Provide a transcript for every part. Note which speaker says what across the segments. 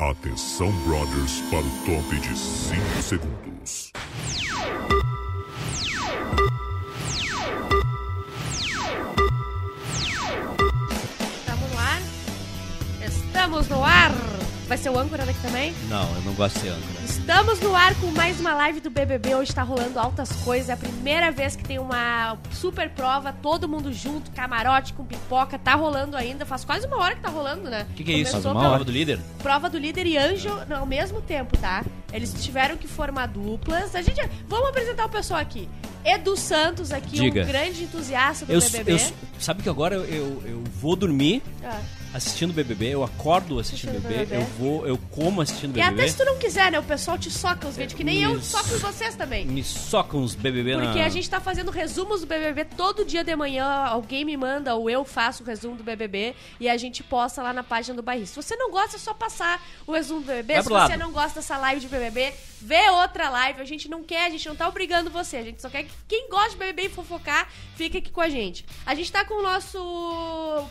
Speaker 1: Atenção, brothers, para o top de 5 segundos.
Speaker 2: Estamos no ar? Estamos no ar! Vai ser o âncora daqui também?
Speaker 3: Não, eu não gosto de ser âncora.
Speaker 2: Estamos no ar com mais uma live do BBB. Hoje tá rolando altas coisas. É a primeira vez que tem uma super prova, todo mundo junto, camarote com pipoca. Tá rolando ainda. Faz quase uma hora que tá rolando, né?
Speaker 3: O que, que é isso?
Speaker 2: Começou
Speaker 3: Uma
Speaker 2: pela-
Speaker 3: hora do líder?
Speaker 2: Prova do líder e anjo não, ao mesmo tempo, tá? Eles tiveram que formar duplas. A gente. Vamos apresentar o pessoal aqui. Edu Santos aqui,
Speaker 3: Diga.
Speaker 2: um grande entusiasta do
Speaker 3: Eu,
Speaker 2: BBB.
Speaker 3: eu, sabe que agora eu, eu, eu vou dormir
Speaker 2: Ah.
Speaker 3: assistindo BBB, eu acordo assistindo
Speaker 2: Assistindo
Speaker 3: BBB, eu
Speaker 2: BBB.
Speaker 3: vou, eu como assistindo
Speaker 2: E até
Speaker 3: BBB,
Speaker 2: se tu não quiser, né? O pessoal te soca os vídeos, que nem eu
Speaker 3: Isso.
Speaker 2: soco vocês também.
Speaker 3: me socam uns BBB na...
Speaker 2: Porque a gente tá fazendo resumos do BBB todo dia de manhã. Alguém me manda ou eu faço o resumo do BBB e a gente posta lá na página do Barris. Se você não gosta, é só passar o resumo do BBB.
Speaker 3: Vai
Speaker 2: Se
Speaker 3: pro
Speaker 2: você
Speaker 3: lado.
Speaker 2: não gosta dessa live de BBB, vê outra live. A gente não quer, a gente não tá obrigando você. A gente só quer que quem gosta de BBB e fofocar, fique aqui com a gente. A gente tá com o nosso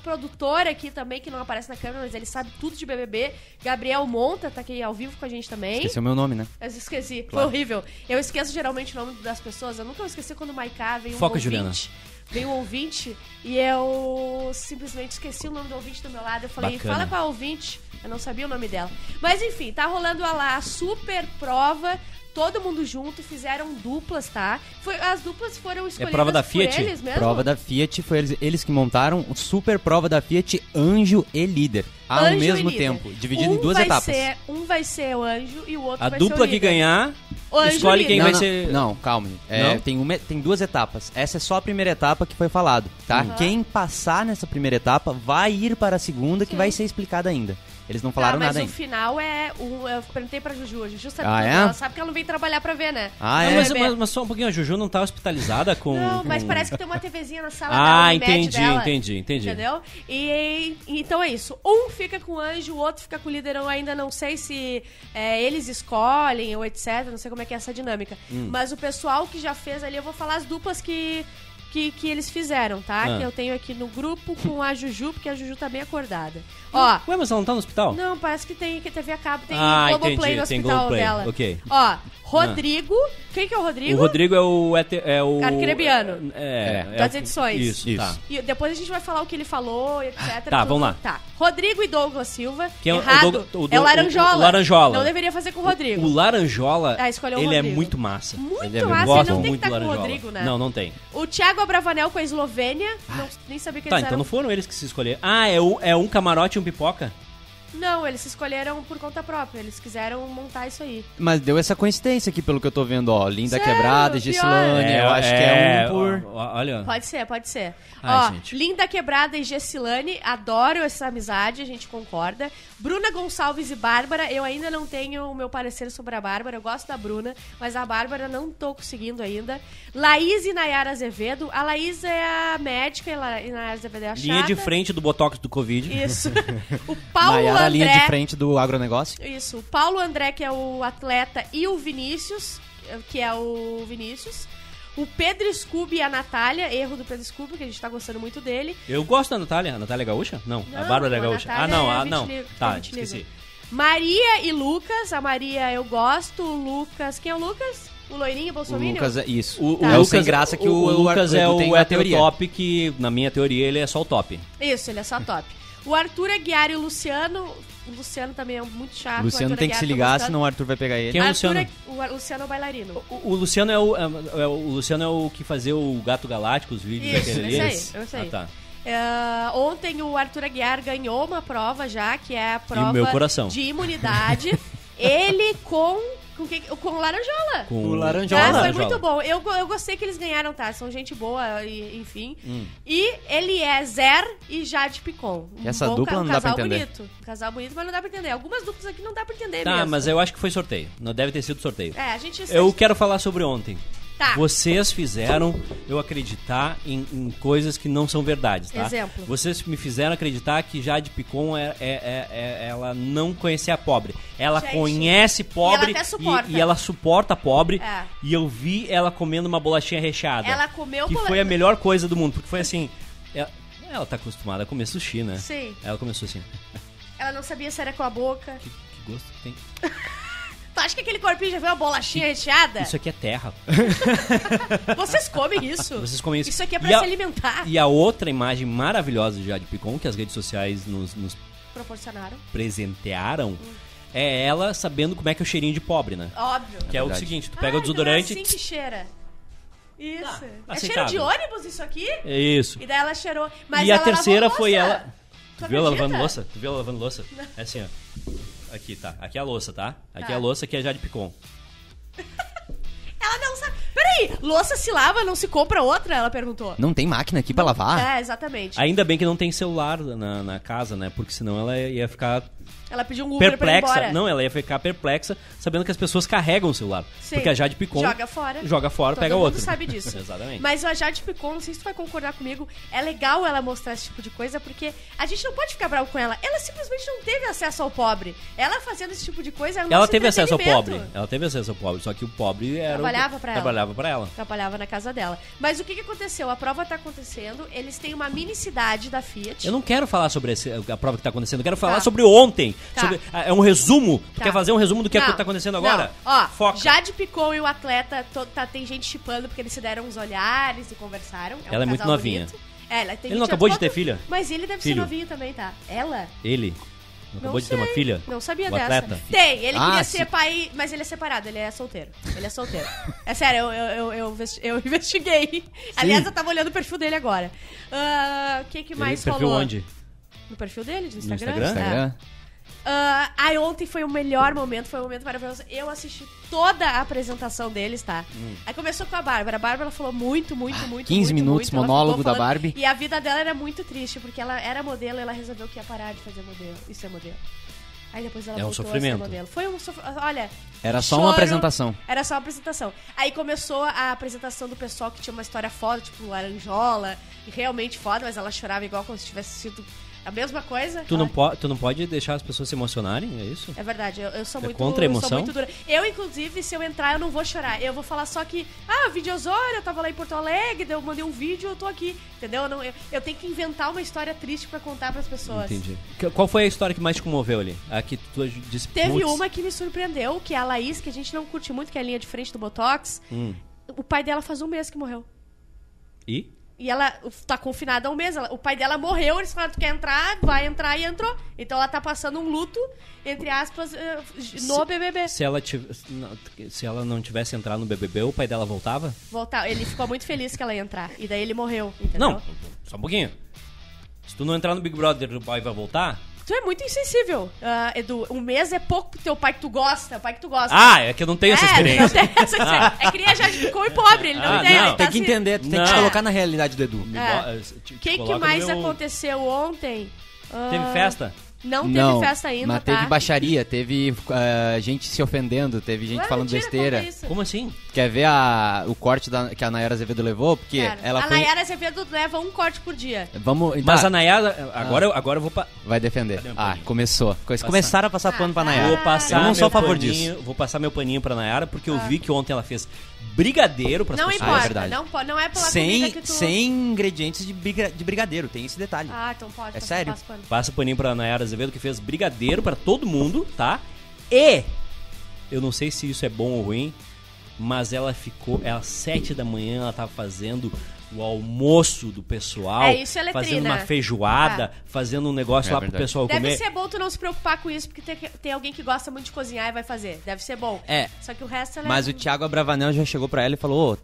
Speaker 2: produtor aqui também, que não aparece na câmera, mas ele sabe tudo de BBB. Gabriel Monta tá aqui ao vivo com a gente também.
Speaker 4: Esse é o meu nome, né?
Speaker 2: Eu esqueci,
Speaker 3: Claro.
Speaker 2: foi horrível. Eu esqueço geralmente o nome das pessoas. Eu nunca vou esquecer quando o Maiká vem um
Speaker 3: Foca,
Speaker 2: ouvinte.
Speaker 3: Juliana.
Speaker 2: Vem um ouvinte e eu simplesmente esqueci o nome do ouvinte do meu lado. Eu falei,
Speaker 3: Bacana.
Speaker 2: fala com a ouvinte. Eu não sabia o nome dela. Mas enfim, tá rolando a lá a super prova. Todo mundo junto, fizeram duplas, tá? Foi, as duplas foram escolhidas
Speaker 3: É prova da
Speaker 2: por
Speaker 3: Fiat?
Speaker 2: eles mesmo?
Speaker 4: Prova da Fiat, foi eles, eles que montaram o super prova da Fiat Anjo e Líder. Ao
Speaker 2: Anjo e
Speaker 4: mesmo
Speaker 2: líder.
Speaker 4: tempo, dividido
Speaker 2: Um
Speaker 4: em duas
Speaker 2: vai
Speaker 4: etapas.
Speaker 2: ser- um vai ser o anjo e o outro
Speaker 3: A
Speaker 2: vai ser o
Speaker 3: dupla que
Speaker 2: líder.
Speaker 3: ganhar,
Speaker 2: O anjo
Speaker 3: escolhe
Speaker 2: líder.
Speaker 3: quem
Speaker 4: não,
Speaker 3: vai
Speaker 4: não,
Speaker 3: ser...
Speaker 4: não, calma. É,
Speaker 3: Não?
Speaker 4: Tem, uma, tem duas etapas. Essa é só a primeira etapa que foi falado, tá?
Speaker 2: Uhum.
Speaker 4: Quem passar nessa primeira etapa vai ir para a segunda, que vai ser explicada ainda. Eles não
Speaker 2: tá,
Speaker 4: falaram
Speaker 2: mas
Speaker 4: nada
Speaker 2: o
Speaker 4: ainda.
Speaker 2: final é. O, eu perguntei pra Juju, a Juju sabe
Speaker 4: Ah,
Speaker 2: tudo,
Speaker 4: é?
Speaker 2: ela sabe que ela não vem trabalhar pra ver, né?
Speaker 3: Não,
Speaker 4: Ah, é? Hum.
Speaker 3: mas,
Speaker 2: bebê.
Speaker 3: mas- mas só um pouquinho, a Juju não tá hospitalizada com...
Speaker 2: Não, mas
Speaker 3: com-
Speaker 2: parece que tem uma TVzinha na sala
Speaker 3: Ah,
Speaker 2: da Unimed
Speaker 3: entendi,
Speaker 2: dela,
Speaker 3: entendi, entendi.
Speaker 2: Entendeu? E, e- então é isso. Um fica com o anjo, o outro fica com o liderão. Ainda não sei se é, eles escolhem ou etc. Não sei como é que é essa dinâmica.
Speaker 4: Hum.
Speaker 2: Mas o pessoal que já fez ali, eu vou falar as duplas que. Que, que eles fizeram, tá?
Speaker 3: Ah.
Speaker 2: Que eu tenho aqui no grupo com a Juju, porque a Juju tá bem acordada. Ó,
Speaker 3: Ué, mas ela não tá no hospital?
Speaker 2: não, parece que tem que TV a cabo, tem
Speaker 3: Ah,
Speaker 2: Globoplay
Speaker 3: entendi,
Speaker 2: no
Speaker 3: tem
Speaker 2: hospital
Speaker 3: Globoplay,
Speaker 2: dela.
Speaker 3: ok. Ah.
Speaker 2: Ó, Rodrigo. Quem que é o Rodrigo?
Speaker 3: O Rodrigo é o... hete- É o
Speaker 2: Arcrebiano.
Speaker 3: É, é,
Speaker 2: Das
Speaker 3: o-
Speaker 2: edições.
Speaker 3: Isso,
Speaker 4: Isso.
Speaker 3: tá.
Speaker 2: E depois a gente vai falar o que ele falou, etc.
Speaker 3: Tá,
Speaker 2: tudo.
Speaker 3: vamos lá.
Speaker 2: Tá. Rodrigo e Douglas Silva.
Speaker 3: Quem é o- o
Speaker 2: errado.
Speaker 3: Doug- o
Speaker 2: é o
Speaker 3: Doug-
Speaker 2: Laranjola.
Speaker 3: o- o Laranjola.
Speaker 2: Não deveria fazer com o Rodrigo.
Speaker 3: O Laranjola,
Speaker 2: Ah, escolheu o
Speaker 3: ele é
Speaker 2: Rodrigo.
Speaker 3: muito massa.
Speaker 2: Muito
Speaker 3: ele é
Speaker 2: massa,
Speaker 3: gosto
Speaker 2: ele não tem que
Speaker 3: muito
Speaker 2: tá
Speaker 3: do
Speaker 2: com o
Speaker 3: Laranjola.
Speaker 2: Rodrigo, né?
Speaker 3: Não, não tem.
Speaker 2: O Thiago Abravanel com a Eslovênia. Não, nem sabia que
Speaker 3: Tá,
Speaker 2: eles
Speaker 3: então
Speaker 2: eram.
Speaker 3: não foram eles que se escolheram. Ah, é, o, é um camarote e um pipoca?
Speaker 2: Não, eles se escolheram por conta própria. Eles quiseram montar isso aí.
Speaker 4: Mas deu essa coincidência aqui, pelo que eu tô vendo, ó. Linda
Speaker 2: Sério?
Speaker 4: Quebrada,
Speaker 2: Pior.
Speaker 4: Gessilane, eu acho que é um por...
Speaker 3: ó, ó, Olha,
Speaker 2: Pode ser, pode ser.
Speaker 3: Ai,
Speaker 2: Ó,
Speaker 3: gente.
Speaker 2: Linda Quebrada e Gessilane, adoro essa amizade, a gente concorda. Bruna Gonçalves e Bárbara, eu ainda não tenho o meu parecer sobre a Bárbara, eu gosto da Bruna, mas a Bárbara não tô conseguindo ainda. Laís e Nayara Azevedo, a Laís é a médica e La- e Nayara Azevedo é a
Speaker 3: linha de
Speaker 2: chata.
Speaker 3: frente do Botox do Covid.
Speaker 2: Isso. O Paulo
Speaker 4: Nayara,
Speaker 2: André...
Speaker 4: linha de frente do agronegócio.
Speaker 2: Isso, o Paulo André, que é o atleta, e o Vinícius, que é o Vinícius. O Pedro Scooby e a Natália, erro do Pedro Scooby, que a gente tá gostando muito dele.
Speaker 3: Eu gosto da Natália. A Natália é gaúcha? Não, a
Speaker 2: Não,
Speaker 3: Bárbara é gaúcha.
Speaker 2: Natália
Speaker 3: ah, não,
Speaker 2: é
Speaker 3: ah,
Speaker 2: vinte
Speaker 3: não.
Speaker 2: livros,
Speaker 3: Tá,
Speaker 2: vinte livros.
Speaker 3: esqueci.
Speaker 2: Maria e Lucas, a Maria eu gosto, o Lucas, quem é o Lucas? O loirinho
Speaker 4: O
Speaker 2: Bolsonaro?
Speaker 4: Lucas é isso.
Speaker 3: O,
Speaker 2: Tá.
Speaker 4: é o
Speaker 3: Lucas,
Speaker 4: sem graça que o,
Speaker 3: o Lucas
Speaker 4: Arthur
Speaker 3: é
Speaker 4: tem
Speaker 3: o
Speaker 4: na teoria.
Speaker 3: heterotop que, na minha teoria, ele é só o top.
Speaker 2: Isso, ele é só top. O Arthur Aguiar e o Luciano, o Luciano também é muito chato.
Speaker 4: Luciano
Speaker 2: o Arthur
Speaker 4: tem que
Speaker 2: Aguiar
Speaker 4: se
Speaker 2: tô
Speaker 4: ligar,
Speaker 2: gostando.
Speaker 4: senão o Arthur vai pegar ele.
Speaker 3: Quem é o
Speaker 2: Arthur
Speaker 3: Luciano?
Speaker 2: Agu- o Ar- Luciano é o bailarino.
Speaker 3: O, o Luciano é o, é- é o- o Luciano é o que fazia o Gato Galáctico, os vídeos
Speaker 2: Isso,
Speaker 3: daquele
Speaker 2: esse
Speaker 3: ali.
Speaker 2: aí, esse aí.
Speaker 3: Ah, tá.
Speaker 2: É, ontem o Arthur Aguiar ganhou uma prova já, que é a prova
Speaker 3: meu coração.
Speaker 2: de imunidade. Ele com. Com, que, com o Laranjola.
Speaker 3: Com
Speaker 4: O Laranjola.
Speaker 2: Ah, foi
Speaker 3: Laranjola.
Speaker 2: muito bom. Eu, go- eu gostei que eles ganharam, tá? São gente boa, e- enfim.
Speaker 3: Hum.
Speaker 2: E ele é Zer e Jade Picon. Um
Speaker 4: Essa
Speaker 2: bom
Speaker 4: dupla
Speaker 2: ca-
Speaker 4: não
Speaker 2: um
Speaker 4: dá
Speaker 2: casal
Speaker 4: pra entender.
Speaker 2: bonito. Um casal bonito, mas não dá pra entender. Algumas duplas aqui não dá pra entender
Speaker 3: Tá,
Speaker 2: mesmo.
Speaker 3: mas eu acho que foi sorteio. Não deve ter sido sorteio.
Speaker 2: É, a gente...
Speaker 3: Eu quero falar sobre ontem.
Speaker 2: Tá.
Speaker 3: Vocês fizeram eu acreditar em, em coisas que não são verdades, tá?
Speaker 2: Exemplo.
Speaker 3: Vocês me fizeram acreditar que Jade Picon é, é- é- é- ela não conhecia a pobre. Ela
Speaker 2: Gente.
Speaker 3: conhece pobre
Speaker 2: E ela até suporta.
Speaker 3: e, e ela suporta a pobre.
Speaker 2: É.
Speaker 3: E eu vi ela comendo uma bolachinha recheada.
Speaker 2: Ela comeu
Speaker 3: que
Speaker 2: bola-
Speaker 3: foi a melhor coisa do mundo, porque foi assim. Ela, ela tá acostumada a comer sushi, né?
Speaker 2: Sim.
Speaker 3: Ela começou assim.
Speaker 2: Ela não sabia se era com a boca.
Speaker 3: Que, que gosto que tem.
Speaker 2: Tu acha que aquele corpinho já veio uma bolachinha recheada?
Speaker 3: Isso aqui é terra.
Speaker 2: Vocês comem isso?
Speaker 3: Vocês comem isso.
Speaker 2: Isso aqui é pra
Speaker 3: E a-
Speaker 2: se alimentar.
Speaker 3: E a outra imagem maravilhosa de Jade Picon, que as redes sociais nos, nos
Speaker 2: Proporcionaram.
Speaker 3: presentearam,
Speaker 2: Hum.
Speaker 3: é ela sabendo como é que é o cheirinho de pobre, né?
Speaker 2: Óbvio.
Speaker 3: que é o
Speaker 4: verdade.
Speaker 3: seguinte, tu pega o
Speaker 2: Ai, então
Speaker 3: desodorante...
Speaker 2: É assim que cheira. Isso. é cheiro
Speaker 3: aceitável.
Speaker 2: de ônibus isso aqui?
Speaker 3: É Isso.
Speaker 2: E daí ela cheirou. Mas
Speaker 3: e a
Speaker 2: ela lavou
Speaker 3: terceira
Speaker 2: louça.
Speaker 3: foi ela...
Speaker 2: Tu
Speaker 3: Tu viu ela
Speaker 2: acredita?
Speaker 3: lavando louça? Tu viu ela lavando louça? É assim, ó. Aqui, tá. Aqui é a louça, tá? Aqui
Speaker 2: Tá.
Speaker 3: é a louça, aqui é a Jade Picon.
Speaker 2: Ela não sabe. Peraí, louça se lava, não se compra outra? Ela perguntou.
Speaker 4: Não tem máquina aqui pra
Speaker 3: Ah.
Speaker 4: lavar?
Speaker 2: É, exatamente.
Speaker 3: Ainda bem que não tem celular na, na casa, né? Porque senão ela ia ficar
Speaker 2: Ela pediu um Uber pra ir
Speaker 3: perplexa.
Speaker 2: embora.
Speaker 3: Não, ela ia ficar perplexa sabendo que as pessoas carregam o celular.
Speaker 2: Sim.
Speaker 3: Porque a Jade Picon
Speaker 2: Joga fora.
Speaker 3: joga fora,
Speaker 2: Então Todo
Speaker 3: pega
Speaker 2: mundo
Speaker 3: outro.
Speaker 2: sabe disso.
Speaker 3: Exatamente.
Speaker 2: Mas a Jade Picon, não sei se tu vai concordar comigo, é legal ela mostrar esse tipo de coisa, porque a gente não pode ficar bravo com ela. Ela simplesmente não teve acesso ao pobre. Ela fazendo esse tipo de coisa é o
Speaker 3: Ela
Speaker 2: nosso
Speaker 3: teve acesso ao pobre.
Speaker 2: entretenimento.
Speaker 3: Ela teve acesso ao pobre, só que o pobre era o-
Speaker 2: Trabalhava pra ela.
Speaker 3: trabalhava pra ela.
Speaker 2: Trabalhava na casa dela. Mas o que, que aconteceu? A prova tá acontecendo, eles têm uma mini cidade da Fiat.
Speaker 3: Eu não quero falar sobre esse- a prova que tá acontecendo, eu quero falar
Speaker 2: Tá.
Speaker 3: sobre ontem.
Speaker 2: Tá.
Speaker 3: Sobre- ah, é um resumo. Tu
Speaker 2: Tá.
Speaker 3: quer fazer um resumo do que, é que
Speaker 2: Não,
Speaker 3: tá acontecendo
Speaker 2: não.
Speaker 3: agora?
Speaker 2: Ó,
Speaker 3: Foca.
Speaker 2: Jade Picon e o atleta, to- tá, tem gente chipando porque eles se deram uns olhares e conversaram. um
Speaker 3: Ela é muito
Speaker 2: casal
Speaker 3: novinha.
Speaker 2: bonito. É, ela tem
Speaker 3: Ele não
Speaker 2: 20
Speaker 3: acabou
Speaker 2: anos.
Speaker 3: de ter filha?
Speaker 2: Mas ele deve ser
Speaker 3: Filho.
Speaker 2: novinho também, tá? Ela?
Speaker 3: Ele acabou de ter uma
Speaker 2: sei.
Speaker 3: filha?
Speaker 2: Não sabia
Speaker 3: O
Speaker 2: dessa.
Speaker 3: atleta?
Speaker 2: Tem, ele
Speaker 4: Ah,
Speaker 2: queria
Speaker 4: se-
Speaker 2: ser pai, mas ele é separado, ele é solteiro. Ele é solteiro. é sério, eu, eu, eu, eu investi- eu investiguei. Aliás, eu tava olhando o perfil dele agora. Ah, O que, que mais
Speaker 3: Ele perfil
Speaker 2: rolou?
Speaker 3: onde?
Speaker 2: No perfil dele, no Instagram?
Speaker 3: Instagram?
Speaker 2: Tá.
Speaker 4: Instagram?
Speaker 2: Ah, ai, ontem foi o melhor momento, foi um momento maravilhoso. Eu assisti toda a apresentação deles, tá?
Speaker 4: Hum.
Speaker 2: Aí começou com a Bárbara. A Bárbara falou muito, muito, muito.
Speaker 4: 15
Speaker 2: muito,
Speaker 4: Ah, minutos,
Speaker 2: muito. Ela
Speaker 4: monólogo
Speaker 2: ficou
Speaker 4: da
Speaker 2: falando.
Speaker 4: Barbie.
Speaker 2: E a vida dela era muito triste, porque ela era modelo e ela resolveu que ia parar de fazer modelo. Isso é modelo. Aí depois ela
Speaker 3: É um
Speaker 2: voltou a
Speaker 3: sofrimento.
Speaker 2: ser modelo. Foi um sofrimento. Olha.
Speaker 4: Era só
Speaker 2: choro,
Speaker 4: uma apresentação.
Speaker 2: Era só uma apresentação. Aí começou a apresentação do pessoal que tinha uma história foda, tipo Laranjola, e realmente foda, mas ela chorava igual como se tivesse sido a mesma coisa.
Speaker 3: Tu não,
Speaker 2: Ela-
Speaker 3: po- tu não pode deixar as pessoas se emocionarem, é isso?
Speaker 2: é verdade, eu, eu sou
Speaker 3: É
Speaker 2: muito
Speaker 3: contra a
Speaker 2: eu sou
Speaker 3: emoção?
Speaker 2: muito dura. Eu, inclusive, se eu entrar, eu não vou chorar. Eu vou falar só que, ah, videozório, eu tava lá em Porto Alegre, daí eu mandei um vídeo, eu tô aqui. Entendeu? Eu, não- eu- eu tenho que inventar uma história triste pra contar pras pessoas.
Speaker 3: Entendi. Que- Qual foi a história que mais te comoveu ali? A que tu disse
Speaker 2: Teve
Speaker 3: "Putz,
Speaker 2: uma que me surpreendeu, que é a Laís, que a gente não curte muito, que é a linha de frente do Botox.
Speaker 3: Hum.
Speaker 2: O pai dela faz um mês que morreu.
Speaker 3: E?
Speaker 2: E ela uf, tá confinada há um mês. ela- o pai dela morreu, eles falaram, tu quer entrar, vai entrar e entrou. Então ela tá passando um luto, entre aspas, eh, no BBB.
Speaker 3: Se ela, tiv- se não- se ela não tivesse entrado no BBB, o pai dela voltava?
Speaker 2: voltar. Ele ficou muito feliz que ela ia entrar. E daí ele morreu, entendeu?
Speaker 3: Não, só um pouquinho. Se tu não entrar no Big Brother, o pai vai voltar?
Speaker 2: Tu é muito insensível, ah, Edu. Um mês é pouco pro teu pai que tu gosta, o pai que tu gosta.
Speaker 3: Ah, é que eu não tenho essa
Speaker 2: é, ele não
Speaker 3: experiência.
Speaker 2: tem essa experiência. É que nem a Jade ficou e pobre, ele não
Speaker 3: Ah,
Speaker 2: tem.
Speaker 3: não.
Speaker 2: ele tá
Speaker 4: Tem que
Speaker 2: assim-
Speaker 4: entender, tu tem que
Speaker 3: Não.
Speaker 4: te colocar na realidade do Edu.
Speaker 3: Me
Speaker 2: É.
Speaker 3: bo- te- te
Speaker 2: O que, que
Speaker 3: coloca no
Speaker 2: mais
Speaker 3: meu-
Speaker 2: aconteceu ontem? Ah,
Speaker 3: Teve festa?
Speaker 2: Não teve
Speaker 4: Não,
Speaker 2: festa ainda,
Speaker 4: mas
Speaker 2: tá?
Speaker 4: teve baixaria, teve ah, gente se ofendendo, teve gente
Speaker 2: Ué,
Speaker 4: falando
Speaker 2: mentira,
Speaker 4: besteira.
Speaker 2: conta isso.
Speaker 3: Como assim?
Speaker 4: Quer ver a- o corte da- que a Nayara Azevedo levou? Porque
Speaker 2: Cara,
Speaker 4: ela
Speaker 2: a
Speaker 4: foi...
Speaker 2: Nayara Azevedo leva um corte por dia.
Speaker 4: Vamos, então,
Speaker 3: Mas a Nayara, agora, eu, agora eu vou, pa-
Speaker 4: vai defender.
Speaker 3: Cadê o
Speaker 4: Ah,
Speaker 3: paninho?
Speaker 4: começou. Começaram a passar pano
Speaker 2: Ah,
Speaker 4: pra Nayara.
Speaker 3: vou passar.
Speaker 4: Ah. Eu não sou
Speaker 3: meu
Speaker 4: a favor
Speaker 3: paninho- Vou passar meu paninho pra Nayara, porque eu vi que ontem ela fez brigadeiro pras
Speaker 2: Ah. Não
Speaker 3: pessoas.
Speaker 4: Ah, é
Speaker 2: importa,
Speaker 4: verdade.
Speaker 2: não, po- não é pela comida que
Speaker 4: Sem,
Speaker 2: tu...
Speaker 4: sem ingredientes de, briga- de brigadeiro, tem esse detalhe.
Speaker 2: Ah, então pode.
Speaker 4: É
Speaker 2: passar
Speaker 4: sério?
Speaker 2: passa pano.
Speaker 3: Passa o paninho pra Nayara Azevedo, que fez brigadeiro pra todo mundo, tá? E eu não sei se isso é bom ou ruim, mas ela ficou. é Às sete da manhã ela tava fazendo o almoço do pessoal.
Speaker 2: É, isso é letrina. Ah.
Speaker 3: Fazendo uma feijoada, fazendo um negócio
Speaker 4: É
Speaker 3: lá pro
Speaker 4: verdade.
Speaker 3: pessoal
Speaker 2: Deve
Speaker 3: comer.
Speaker 2: ser bom tu não se preocupar com isso, porque tem, tem alguém que gosta muito de cozinhar e vai fazer. Deve ser bom.
Speaker 4: É.
Speaker 2: Só que o resto ela um-
Speaker 4: Mas o Thiago Abravanel já chegou pra ela e falou: Ô,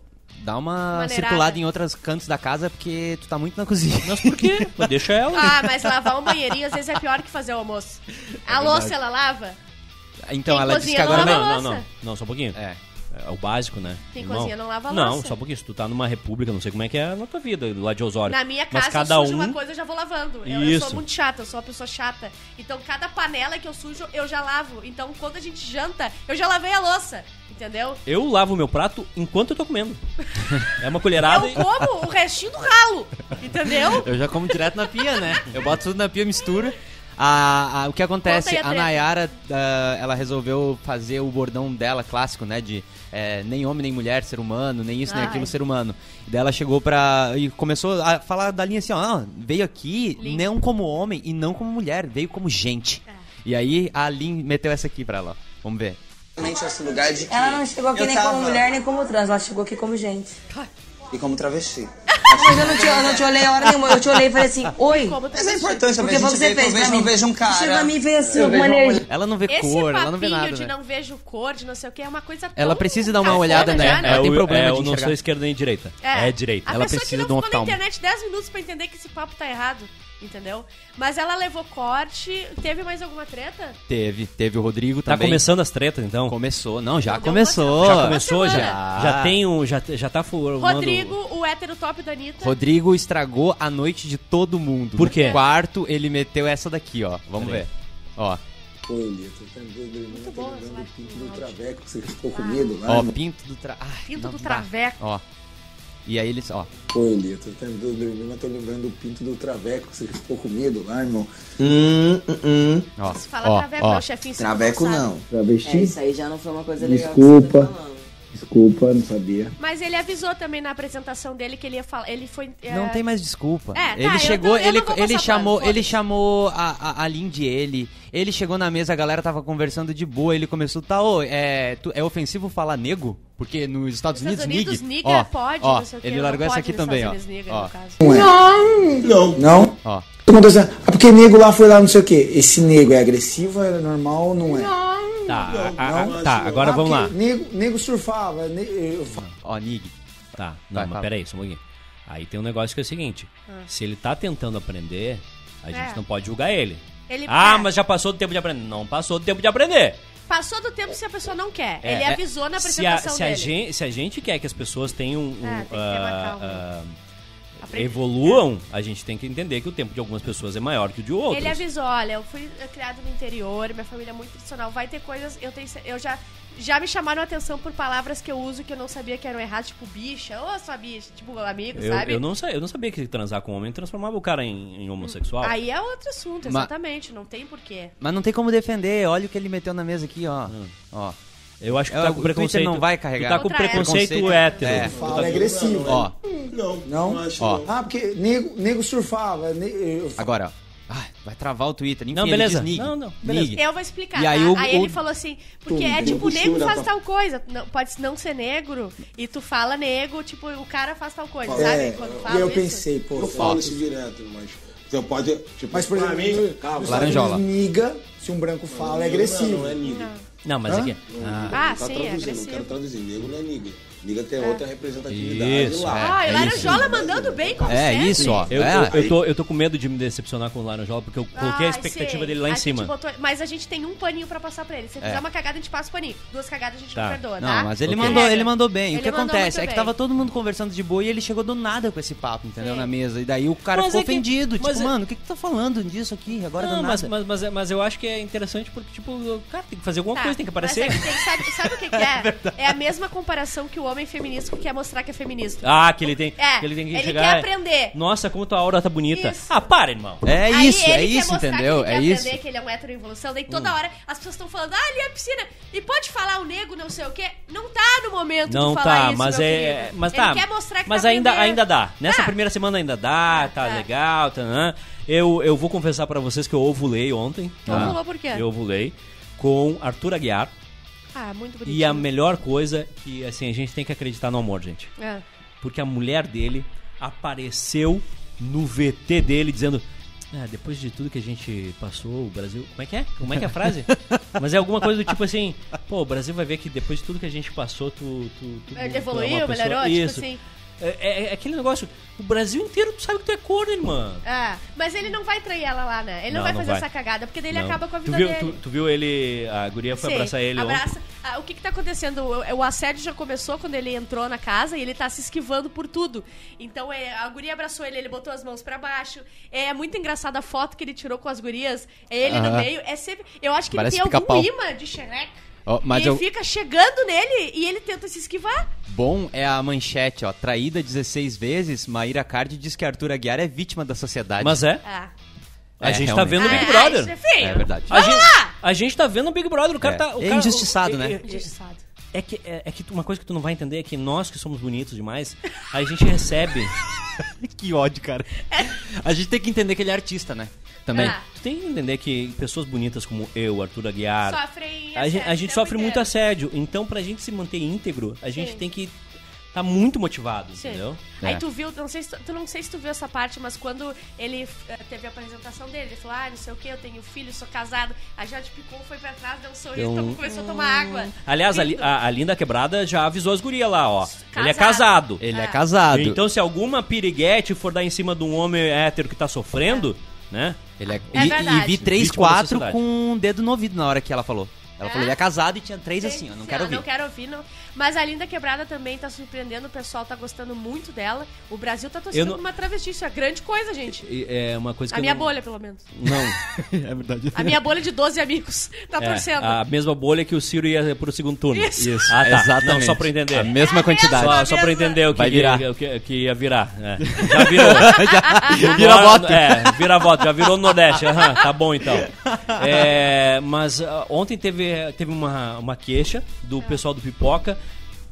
Speaker 4: dá uma
Speaker 2: Maneirada.
Speaker 4: circulada em outros cantos da casa porque tu tá muito na cozinha.
Speaker 3: Mas por quê? Mas um Deixa ela.
Speaker 2: Ah, mas lavar um banheirinho às vezes é pior que fazer o almoço.
Speaker 4: É
Speaker 2: a louça ela lava?
Speaker 4: Então
Speaker 2: Quem
Speaker 4: ela disse que
Speaker 2: cozinha né? lava
Speaker 4: agora não.
Speaker 3: não, não,
Speaker 2: louça.
Speaker 3: não, não, só um pouquinho.
Speaker 4: É.
Speaker 3: É o básico, né?
Speaker 2: Quem
Speaker 3: Irmão,
Speaker 2: cozinha não lava a
Speaker 3: Não,
Speaker 2: louça.
Speaker 3: só porque se tu tá numa república, não sei como é que é na tua vida, lá de Osório.
Speaker 2: Na minha
Speaker 3: Mas
Speaker 2: casa
Speaker 3: cada
Speaker 2: eu sujo
Speaker 3: um...
Speaker 2: uma coisa eu já vou lavando. Eu, eu sou
Speaker 3: Isso.
Speaker 2: muito chata, eu sou uma pessoa chata. Então cada panela que eu sujo eu já lavo. Então quando a gente janta, eu já lavei a louça, entendeu?
Speaker 3: Eu lavo meu prato enquanto eu tô comendo. É uma colherada
Speaker 2: Eu
Speaker 3: e...
Speaker 2: como o restinho do ralo, entendeu?
Speaker 4: Eu já como direto na pia, né? Eu boto tudo na pia, misturo. A, a- o que
Speaker 2: Conta
Speaker 4: acontece?
Speaker 2: aí a
Speaker 4: A,
Speaker 2: treta.
Speaker 4: Nayara, ah, ela resolveu fazer o bordão dela clássico, né? De é, nem homem, nem mulher, ser humano, nem isso, nem
Speaker 2: Ai.
Speaker 4: aquilo, ser humano. E daí ela chegou pra. e começou a falar da linha assim, ó. "Ah, veio aqui
Speaker 2: Linda. É.
Speaker 4: não como homem e não como mulher, veio como gente. E aí a Lin meteu essa aqui pra ela, ó. Vamos ver.
Speaker 5: Realmente esse lugar de que
Speaker 6: Ela não chegou aqui
Speaker 5: eu
Speaker 6: nem
Speaker 5: tava-
Speaker 6: como mulher, nem como trans, ela chegou aqui como gente.
Speaker 5: E como
Speaker 6: É,
Speaker 5: travesti.
Speaker 6: Mas eu não te, eu não te olhei a hora nenhuma, eu te olhei e falei assim, oi.
Speaker 2: Como
Speaker 5: Mas é importante também,
Speaker 6: Porque
Speaker 5: a
Speaker 6: foi
Speaker 5: gente
Speaker 6: o que você
Speaker 5: vê,
Speaker 6: fez
Speaker 5: talvez
Speaker 6: pra
Speaker 5: não
Speaker 6: mim.
Speaker 5: veja um cara.
Speaker 6: Chegou a mim e veio assim,
Speaker 5: Eu
Speaker 6: com uma
Speaker 5: vejo uma
Speaker 6: energia.
Speaker 4: Ela não vê
Speaker 2: Esse
Speaker 4: cor, ela não vê
Speaker 2: papinho
Speaker 4: nada.
Speaker 2: de
Speaker 4: né?
Speaker 2: não vejo cor, de não sei o que, é uma coisa tão
Speaker 4: Ela precisa dar uma
Speaker 2: cafona
Speaker 4: olhada, né?
Speaker 2: já,
Speaker 4: Ela tem
Speaker 3: o-
Speaker 4: problema
Speaker 3: é,
Speaker 4: de
Speaker 3: eu não
Speaker 4: enxergar.
Speaker 3: sou esquerda nem direita. É, direita.
Speaker 2: A
Speaker 4: Ela
Speaker 2: pessoa
Speaker 4: precisa
Speaker 2: que
Speaker 4: de um
Speaker 2: não ficou
Speaker 4: oftalmo.
Speaker 2: na internet 10 minutos pra entender que esse papo tá errado, entendeu? Mas ela levou corte. Teve mais alguma treta?
Speaker 4: Teve, teve o Rodrigo
Speaker 3: Tá
Speaker 4: também.
Speaker 3: começando as tretas, então?
Speaker 4: Começou, não, já
Speaker 2: Não, deu
Speaker 4: começou.
Speaker 2: uma-
Speaker 3: Já começou, já,
Speaker 2: semana.
Speaker 3: já tem um. Já, já tá formando.
Speaker 2: Rodrigo, o hétero top da Anitta.
Speaker 4: Rodrigo estragou a noite de todo mundo.
Speaker 3: Por quê?
Speaker 4: No quarto, ele meteu essa daqui, ó. Vamos
Speaker 3: Peraí.
Speaker 4: ver. Ó,
Speaker 7: Oi, Lito. Tá me lembrando
Speaker 2: bom, essa
Speaker 6: né?
Speaker 7: do pinto do
Speaker 2: imagem.
Speaker 7: traveco que você ficou com medo lá.
Speaker 4: ó,
Speaker 7: né?
Speaker 4: pinto do tra... Ai,
Speaker 2: Pinto
Speaker 4: não
Speaker 2: do
Speaker 4: dá.
Speaker 2: traveco.
Speaker 4: Ó. E aí eles, ó.
Speaker 7: Oi, Lito. Tá me lembrando, mas tô lembrando do pinto do traveco que você ficou com medo lá, irmão.
Speaker 5: Hum, hum, hum.
Speaker 4: ó
Speaker 2: Se fala
Speaker 4: ó,
Speaker 2: traveco,
Speaker 4: ó.
Speaker 2: é o chefinho. você
Speaker 5: Traveco
Speaker 2: sabe.
Speaker 5: não.
Speaker 6: É,
Speaker 7: Travesti?
Speaker 6: isso aí já não foi uma coisa legal
Speaker 7: Desculpa.
Speaker 6: que você tá falando.
Speaker 7: É. Desculpa, não sabia.
Speaker 2: Mas ele avisou também na apresentação dele que ele ia falar. Ele foi. é,
Speaker 4: Não tem mais desculpa.
Speaker 2: É, tá, eu
Speaker 4: ele chegou,
Speaker 2: tô- eu
Speaker 4: ele,
Speaker 2: não vou
Speaker 4: ele
Speaker 2: passar
Speaker 4: chamou,
Speaker 2: pano,
Speaker 4: ele
Speaker 2: foda-se.
Speaker 4: chamou a, a, a Lin de ele. Ele chegou na mesa, a galera tava conversando de boa. Ele começou, tá, ô, é, tu- é ofensivo falar nego? Porque nos Estados
Speaker 2: Nos
Speaker 4: Unidos,
Speaker 2: Estados Unidos,
Speaker 4: nig.
Speaker 2: nigga
Speaker 4: Ó,
Speaker 2: pode,
Speaker 4: ó,
Speaker 2: não sei o quê,
Speaker 4: ele
Speaker 2: não
Speaker 4: largou essa
Speaker 2: pode
Speaker 4: aqui
Speaker 2: nos
Speaker 4: também, ó.
Speaker 2: Estados Unidos, nigga,
Speaker 4: ó,
Speaker 2: no caso.
Speaker 7: Não é.
Speaker 5: Não.
Speaker 7: Não?
Speaker 4: ó.
Speaker 7: Todo mundo assim, ah, porque nego lá foi lá, não sei o quê. Esse nego é agressivo, é normal ou não é? Não,
Speaker 3: Tá, a- a- tá agora vamos lá.
Speaker 7: Nego, nego surfava. ne- eu fa-
Speaker 4: Ó, nig.
Speaker 3: Tá, não,
Speaker 4: Vai,
Speaker 3: mas
Speaker 4: fala.
Speaker 3: peraí, só um pouquinho. Aí tem um negócio que é o seguinte: se ele tá tentando aprender, a gente
Speaker 2: É.
Speaker 3: não pode julgar ele.
Speaker 2: Ele-
Speaker 3: ah,
Speaker 2: é.
Speaker 3: mas já passou do tempo de aprender. Não passou do tempo de aprender.
Speaker 2: Passou do tempo se a pessoa não quer.
Speaker 3: É,
Speaker 2: ele
Speaker 3: é,
Speaker 2: avisou na
Speaker 3: se a,
Speaker 2: apresentação
Speaker 3: se a
Speaker 2: dele.
Speaker 3: gen- se a gente quer que as pessoas tenham.
Speaker 2: É,
Speaker 3: um,
Speaker 2: tem que ter
Speaker 3: ah,
Speaker 2: uma calma.
Speaker 3: ah,
Speaker 2: Aprende-
Speaker 3: evoluam, a gente tem que entender que o tempo de algumas pessoas é maior que o de outras.
Speaker 2: Ele avisou, olha, eu fui criado no interior, minha família é muito tradicional, vai ter coisas, eu tenho, ce- eu já já me chamaram a atenção por palavras que eu uso que eu não sabia que eram erradas, tipo bicha, ou sua bicha, tipo amigo,
Speaker 3: eu,
Speaker 2: sabe?
Speaker 3: eu não, sa- eu não sabia que transar com homem transformava o cara em, em homossexual.
Speaker 2: Aí é outro assunto,
Speaker 4: Ma-
Speaker 2: exatamente, não tem porquê.
Speaker 4: Mas não tem como defender. Olha o que ele meteu na mesa aqui, ó. Ó.
Speaker 3: eu acho que
Speaker 4: É,
Speaker 3: Hum. tá
Speaker 4: o
Speaker 3: com
Speaker 4: Twitter
Speaker 3: preconceito.
Speaker 4: não vai carregar.
Speaker 3: Tu tá com
Speaker 2: Contra
Speaker 3: preconceito,
Speaker 4: hétero.
Speaker 3: hétero.
Speaker 4: É.
Speaker 3: Tu
Speaker 7: Fala
Speaker 3: tá-
Speaker 7: é
Speaker 8: né?
Speaker 7: agressivo.
Speaker 4: Ó,
Speaker 7: Não, não.
Speaker 4: ó.
Speaker 7: Ah, porque nego, nego surfava. ne- eu fa-
Speaker 4: Agora, ó. Ah, vai travar o Twitter. Enfim,
Speaker 3: Não, beleza.
Speaker 4: Ele diz nig.
Speaker 3: Não, não, beleza.
Speaker 4: Nig.
Speaker 2: Eu vou explicar.
Speaker 4: E
Speaker 2: tá?
Speaker 4: aí
Speaker 2: aí,
Speaker 4: o- o-
Speaker 2: ele falou assim, porque é tipo, o nego faz tal coisa. Não, pode não ser negro e tu fala nego, tipo, o cara faz tal coisa, sabe?
Speaker 7: É,
Speaker 2: Quando
Speaker 7: e
Speaker 2: fala
Speaker 7: eu
Speaker 2: isso.
Speaker 7: pensei, pô,
Speaker 8: Eu
Speaker 7: fala.
Speaker 8: falo isso direto, mas. Você pode. Tipo,
Speaker 7: Mas, por
Speaker 8: pra
Speaker 7: exemplo,
Speaker 8: mim,
Speaker 7: nos-
Speaker 8: calma.
Speaker 7: nos
Speaker 4: Laranjola.
Speaker 7: Estados Unidos, Niga, se um branco fala, é agressivo.
Speaker 8: Não, não é nigga.
Speaker 3: Não, mas aqui. Ah,
Speaker 8: Não
Speaker 2: Ah,
Speaker 8: tá
Speaker 2: sim, é
Speaker 8: traduzindo,
Speaker 2: agressivo.
Speaker 8: não quero traduzir. Negro não é nigga. Nigga
Speaker 6: Ah.
Speaker 8: tem outra representatividade
Speaker 3: Isso,
Speaker 8: lá.
Speaker 2: Ah,
Speaker 4: É,
Speaker 2: e
Speaker 4: é
Speaker 2: Laranjola mandando bem como
Speaker 4: É
Speaker 2: sempre.
Speaker 4: isso, ó.
Speaker 3: Eu,
Speaker 4: É.
Speaker 3: eu, eu tô, eu tô com medo de me decepcionar com o Laranjola, porque eu coloquei
Speaker 2: Ai,
Speaker 3: a expectativa
Speaker 2: Ah, sei.
Speaker 3: dele lá
Speaker 2: A
Speaker 3: em
Speaker 2: gente
Speaker 3: cima. É.
Speaker 2: botou- mas a gente tem um paninho pra passar pra ele. Se ele fizer uma cagada, a gente passa o paninho. Duas cagadas, a gente
Speaker 3: Tá.
Speaker 2: não perdoa,
Speaker 4: Não,
Speaker 2: tá?
Speaker 4: mas ele
Speaker 3: Ok.
Speaker 4: mandou,
Speaker 2: Regra.
Speaker 4: ele mandou bem. o
Speaker 2: Ele
Speaker 4: que
Speaker 2: mandou
Speaker 4: acontece
Speaker 2: muito
Speaker 4: é que
Speaker 2: bem.
Speaker 4: tava todo mundo conversando de boa e ele chegou do nada com esse papo, entendeu?
Speaker 2: Sim.
Speaker 4: Na mesa. E daí o cara
Speaker 3: Mas
Speaker 4: ficou
Speaker 3: é que-
Speaker 4: ofendido.
Speaker 3: mas
Speaker 4: Tipo,
Speaker 3: é-
Speaker 4: mano, o que que tu tá falando disso aqui agora do
Speaker 3: Não,
Speaker 4: nada?
Speaker 3: mas, mas, mas, mas eu acho que é interessante porque, tipo, o cara, tem que fazer alguma
Speaker 2: Tá,
Speaker 3: coisa, tem que
Speaker 2: mas
Speaker 3: aparecer.
Speaker 2: é que tem- sabe, sabe o que, que é? É, a mesma comparação que o homem feminista que quer mostrar que é feminista.
Speaker 3: Ah, que ele tem,
Speaker 2: É,
Speaker 3: que ele tem que
Speaker 2: ele quer
Speaker 3: chegar. é,
Speaker 2: aprender.
Speaker 3: Nossa, como tua aura tá bonita.
Speaker 2: Isso.
Speaker 3: Ah, para, irmão.
Speaker 4: É
Speaker 2: Aí
Speaker 4: isso,
Speaker 2: ele
Speaker 4: é
Speaker 2: quer
Speaker 4: isso,
Speaker 2: mostrar
Speaker 4: entendeu?
Speaker 2: Que
Speaker 4: É
Speaker 2: ele quer
Speaker 4: isso.
Speaker 2: aprender que ele é um hétero em evolução. Daí
Speaker 3: Hum.
Speaker 2: toda hora as pessoas estão falando, ah, ali é a piscina. E pode falar o nego, não sei o quê. Não tá no momento
Speaker 3: Não
Speaker 2: de falar
Speaker 3: tá,
Speaker 2: isso,
Speaker 3: mas
Speaker 2: meu
Speaker 3: é.
Speaker 2: querido.
Speaker 3: Mas
Speaker 2: ele
Speaker 3: tá.
Speaker 2: quer mostrar que
Speaker 3: mas
Speaker 2: tá
Speaker 3: ainda,
Speaker 2: aprendendo.
Speaker 3: ainda dá. Nessa
Speaker 2: Tá.
Speaker 3: primeira semana ainda dá, tá,
Speaker 2: tá.
Speaker 3: legal, tá. né? Eu, eu vou confessar pra vocês que eu ovulei ontem. tá?
Speaker 2: Ovulou por quê?
Speaker 3: Eu ovulei com Arthur Aguiar.
Speaker 2: Ah, muito bonitinho.
Speaker 3: E a melhor coisa que, assim, a gente tem que acreditar no amor, gente.
Speaker 2: É.
Speaker 3: porque a mulher dele apareceu no VT dele dizendo. "Ah, depois de tudo que a gente passou, o Brasil. Como é que é? Como é que é a frase? Mas é alguma coisa do tipo assim: pô, o Brasil vai ver que depois de tudo que a gente passou, tu. tu, tu- tu
Speaker 2: Ele
Speaker 3: é
Speaker 2: evoluiu,
Speaker 3: uma pessoa-
Speaker 2: melhorou,
Speaker 3: Isso.
Speaker 2: tipo assim.
Speaker 3: É, é- é aquele negócio: o Brasil inteiro tu sabe que tu é corno, irmã.
Speaker 2: É, mas ele não vai trair ela lá, né? Ele não,
Speaker 3: Não,
Speaker 2: vai
Speaker 3: não
Speaker 2: fazer
Speaker 3: vai.
Speaker 2: essa cagada, porque daí ele
Speaker 3: Não.
Speaker 2: acaba com a
Speaker 3: Tu
Speaker 2: vida
Speaker 3: viu-
Speaker 2: dele.
Speaker 3: Tu, tu viu ele, a guria foi
Speaker 2: Sim,
Speaker 3: abraçar ele ontem.
Speaker 2: abraça. Ah, o que que tá acontecendo? O, o assédio já começou quando ele entrou na casa e ele tá se esquivando por tudo. Então é, a guria abraçou ele, ele botou as mãos pra baixo. É, muito engraçada a foto que ele tirou com as gurias. É ele no
Speaker 3: Ah.
Speaker 4: Aham.
Speaker 2: meio. É sempre. Eu acho que
Speaker 4: Parece
Speaker 2: ele tem algum
Speaker 4: pica-pau.
Speaker 2: imã de xereca.
Speaker 4: Ó, mas
Speaker 2: e ele
Speaker 4: eu-
Speaker 2: fica chegando nele e ele tenta se esquivar.
Speaker 4: Bom é a manchete, ó. Traída 16 vezes, Maíra Cardi diz que Arthur Aguiar é vítima da sociedade.
Speaker 3: Mas é?
Speaker 2: Ah,
Speaker 3: A
Speaker 4: É,
Speaker 3: gente tá
Speaker 4: realmente.
Speaker 3: vendo o Big
Speaker 2: Ah,
Speaker 3: Brother.
Speaker 2: isso é feio.
Speaker 4: É verdade.
Speaker 3: A gente, a gente tá vendo o Big Brother, o cara
Speaker 4: É.
Speaker 3: tá. O
Speaker 4: É
Speaker 3: cara-
Speaker 4: injustiçado,
Speaker 3: o- é-
Speaker 4: né?
Speaker 3: é- É que, é, é que tu- uma coisa que tu não vai entender é que nós que somos bonitos demais, a gente recebe.
Speaker 4: que ódio, cara. A gente tem que entender que ele é artista, né? Também.
Speaker 2: Ah.
Speaker 3: Tu tem que entender que pessoas bonitas como eu, Arthur Aguiar,
Speaker 2: Sofrem
Speaker 3: a gente, a
Speaker 2: assédio
Speaker 3: gente
Speaker 2: o
Speaker 3: sofre
Speaker 2: tempo
Speaker 3: muito
Speaker 2: inteiro.
Speaker 3: assédio. Então, pra gente se manter íntegro, a gente
Speaker 2: Sim.
Speaker 3: tem que tá muito motivado,
Speaker 2: Sim.
Speaker 3: assim, entendeu?
Speaker 2: Aí
Speaker 4: É.
Speaker 2: tu viu, não sei, se tu, tu não sei se tu viu essa parte, mas quando ele eh, teve a apresentação dele, ele falou, ah, não sei o que, eu tenho filho, sou casado. A Jade Picon foi pra trás, deu um sorriso,
Speaker 3: Deu um-
Speaker 2: começou a tomar água.
Speaker 3: Aliás, a, Li-
Speaker 2: Lindo.
Speaker 3: a- a Linda Quebrada já avisou as gurias lá, ó. Ele é
Speaker 2: Casado.
Speaker 3: casado.
Speaker 4: Ele é,
Speaker 2: É.
Speaker 4: casado.
Speaker 3: Então, se alguma piriguete for dar em cima de um homem hétero que tá sofrendo, né?
Speaker 4: ele é...
Speaker 2: É
Speaker 4: e,
Speaker 2: verdade.
Speaker 4: e vi três,
Speaker 3: Vítima da
Speaker 4: quatro
Speaker 3: sociedade.
Speaker 4: com um dedo no ouvido na hora que ela falou.
Speaker 2: É?
Speaker 4: Ela falou, ele é casado e tinha três assim, ó. Não
Speaker 2: Sim,
Speaker 4: quero
Speaker 2: ó,
Speaker 4: ouvir.
Speaker 2: Não quero ouvir, não. Mas a Linda Quebrada também tá surpreendendo, o pessoal tá gostando muito dela. O Brasil tá torcendo
Speaker 3: Eu não-
Speaker 2: pra uma travesti, isso é grande coisa, gente.
Speaker 3: E É uma coisa que
Speaker 2: A
Speaker 3: eu
Speaker 2: minha
Speaker 3: não-
Speaker 2: bolha, pelo menos.
Speaker 3: Não.
Speaker 4: é verdade.
Speaker 2: A minha bolha de 12 amigos tá
Speaker 3: É,
Speaker 2: torcendo.
Speaker 3: a mesma bolha que o Ciro ia pro segundo turno.
Speaker 2: Isso.
Speaker 3: Ah, tá.
Speaker 4: Exatamente.
Speaker 3: Não, só pra entender.
Speaker 4: A mesma
Speaker 2: É a
Speaker 4: quantidade.
Speaker 2: mesma.
Speaker 3: Só, só pra entender o que,
Speaker 4: Vai virar.
Speaker 3: o que, que ia virar. é. Já virou. já,
Speaker 4: vira voto.
Speaker 3: É, vira voto. Já virou no Nordeste. Aham, tá bom, então. É, mas ah, ontem teve, teve uma, uma queixa do pessoal do Pipoca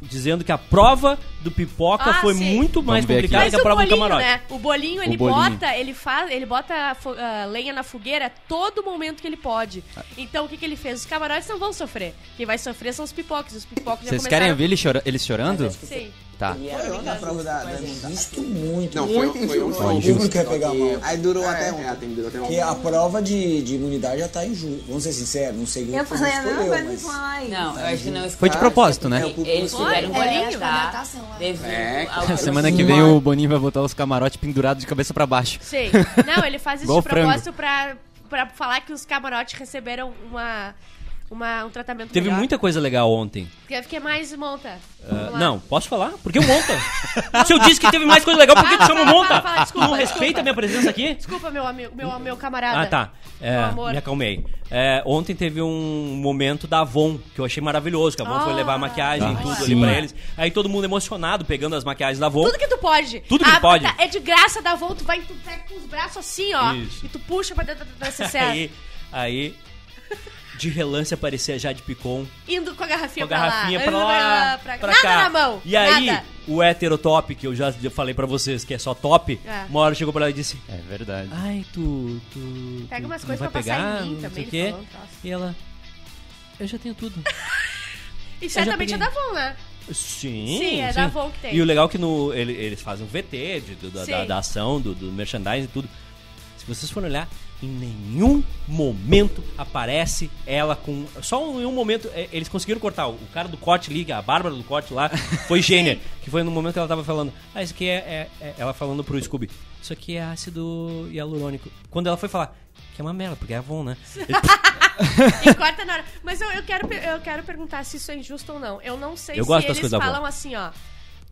Speaker 3: dizendo que a prova do Pipoca
Speaker 2: Ah,
Speaker 3: foi
Speaker 2: sim.
Speaker 3: muito mais
Speaker 4: Vamos ver aqui.
Speaker 3: complicada
Speaker 2: Mas
Speaker 3: que a
Speaker 2: o
Speaker 3: prova do
Speaker 2: bolinho,
Speaker 3: Camarote.
Speaker 2: né? O bolinho, ele
Speaker 4: bolinho.
Speaker 2: bota, ele faz, ele bota fo- ah, lenha na fogueira todo momento que ele pode. Então o que, que ele fez? Os camarotes não vão sofrer. Quem vai sofrer são os pipocos. Os pipocos
Speaker 4: Vocês
Speaker 2: já
Speaker 4: querem
Speaker 2: começaram...
Speaker 4: ouvir ele chora- eles chorando?
Speaker 2: Sim.
Speaker 4: Tá.
Speaker 5: Na é prova da. da-
Speaker 7: Injusto muito.
Speaker 8: Não, foi, foi um
Speaker 7: O
Speaker 8: show.
Speaker 7: Júlio quer pegar a mão.
Speaker 5: Aí durou
Speaker 8: É,
Speaker 5: até um.
Speaker 8: é,
Speaker 5: ontem.
Speaker 8: tem- durou até
Speaker 7: Porque
Speaker 8: ontem.
Speaker 7: a prova de, de imunidade já tá injusta. Vamos ser sinceros, "Ah, não sei quem
Speaker 6: Eu
Speaker 7: foi que
Speaker 6: falei a mesma
Speaker 7: escolheu,
Speaker 6: coisa
Speaker 7: mas...
Speaker 6: com a Laís.
Speaker 9: Não, eu acho que não.
Speaker 4: Foi de propósito, né?
Speaker 9: Eles tiveram um
Speaker 2: Foi? É,
Speaker 9: bolinho, tá? Devido
Speaker 8: É,
Speaker 9: ao-
Speaker 4: A semana que vem o Boninho vai botar os camarotes pendurados de cabeça pra baixo.
Speaker 2: Sim. Não, ele faz isso
Speaker 4: Igual
Speaker 2: de propósito pra, pra falar que os camarotes receberam uma, uma- um tratamento
Speaker 3: Teve
Speaker 2: melhor.
Speaker 3: muita coisa legal ontem.
Speaker 2: Quer que é mais monta?
Speaker 3: Ah,
Speaker 2: Vamos lá.
Speaker 3: não, posso falar? Porque eu monta. Se eu disse que teve mais coisa legal, por que tu
Speaker 2: Fala,
Speaker 3: chama o
Speaker 2: fala,
Speaker 3: monta?
Speaker 2: fala, Ah, tá, fala, desculpa,
Speaker 3: não
Speaker 2: desculpa.
Speaker 3: respeita a minha presença aqui?
Speaker 2: Desculpa, meu amigo, meu, meu camarada.
Speaker 3: Ah, tá. É,
Speaker 2: Meu amor.
Speaker 3: me acalmei. É, ontem teve um momento da Avon, que eu achei maravilhoso, que a Avon foi
Speaker 2: Ah,
Speaker 3: levar a maquiagem e
Speaker 4: tá.
Speaker 3: tudo
Speaker 4: Sim.
Speaker 3: ali pra eles. Aí todo mundo emocionado, pegando as maquiagens da Avon.
Speaker 2: Tudo que tu pode.
Speaker 3: Tudo que
Speaker 2: Ah,
Speaker 3: pode.
Speaker 2: tá, É de graça da volta, tu vai e tu pega com os braços assim, ó.
Speaker 3: Isso.
Speaker 2: E tu puxa pra dentro da CCR.
Speaker 3: aí, aí, de relance aparecia a Jade Picon
Speaker 2: Indo com a
Speaker 3: com
Speaker 2: garrafinha
Speaker 3: a garrafinha
Speaker 2: pra
Speaker 3: pra
Speaker 2: lá.
Speaker 3: lá,
Speaker 2: indo pra-
Speaker 3: pra
Speaker 2: nada
Speaker 3: cá.
Speaker 2: na mão.
Speaker 3: E aí,
Speaker 2: nada.
Speaker 3: o hétero top, que eu já já falei pra vocês que é só top,
Speaker 2: É.
Speaker 3: uma hora chegou pra ela e disse...
Speaker 4: É verdade.
Speaker 3: Ai, tu. tu
Speaker 2: Pega
Speaker 3: tu
Speaker 2: umas
Speaker 3: não
Speaker 2: coisas
Speaker 3: vai
Speaker 2: pra
Speaker 3: pegar,
Speaker 2: passar em mim
Speaker 3: não
Speaker 2: também,
Speaker 3: sei o
Speaker 2: ele
Speaker 3: quê.
Speaker 2: falou, nossa.
Speaker 3: E ela. Eu já tenho tudo.
Speaker 2: E certamente é
Speaker 3: Eu
Speaker 2: da
Speaker 3: já
Speaker 2: Von, né?
Speaker 3: Sim.
Speaker 2: Sim, é da Avon que tem.
Speaker 3: E o legal é que no, ele- eles fazem um VT de- do- da,
Speaker 2: Sim.
Speaker 3: da- da ação, do, do merchandising e tudo. Se vocês forem olhar, em nenhum momento aparece ela com. Só em um momento. é, Eles conseguiram cortar. O cara do corte liga, a Bárbara do corte lá, foi gênia. que foi no momento que ela tava falando. Ah, isso aqui é, é- é-" Ela falando pro Scooby. Isso aqui é ácido hialurônico. Quando ela foi falar, que é uma merda, porque é Avon, né?
Speaker 2: E corta na hora. Mas eu, eu, quero, per- eu quero perguntar se isso é injusto ou não. Eu não sei
Speaker 3: Eu
Speaker 2: se
Speaker 3: gosto das
Speaker 2: eles
Speaker 3: coisas da Avon.
Speaker 2: falam assim, ó.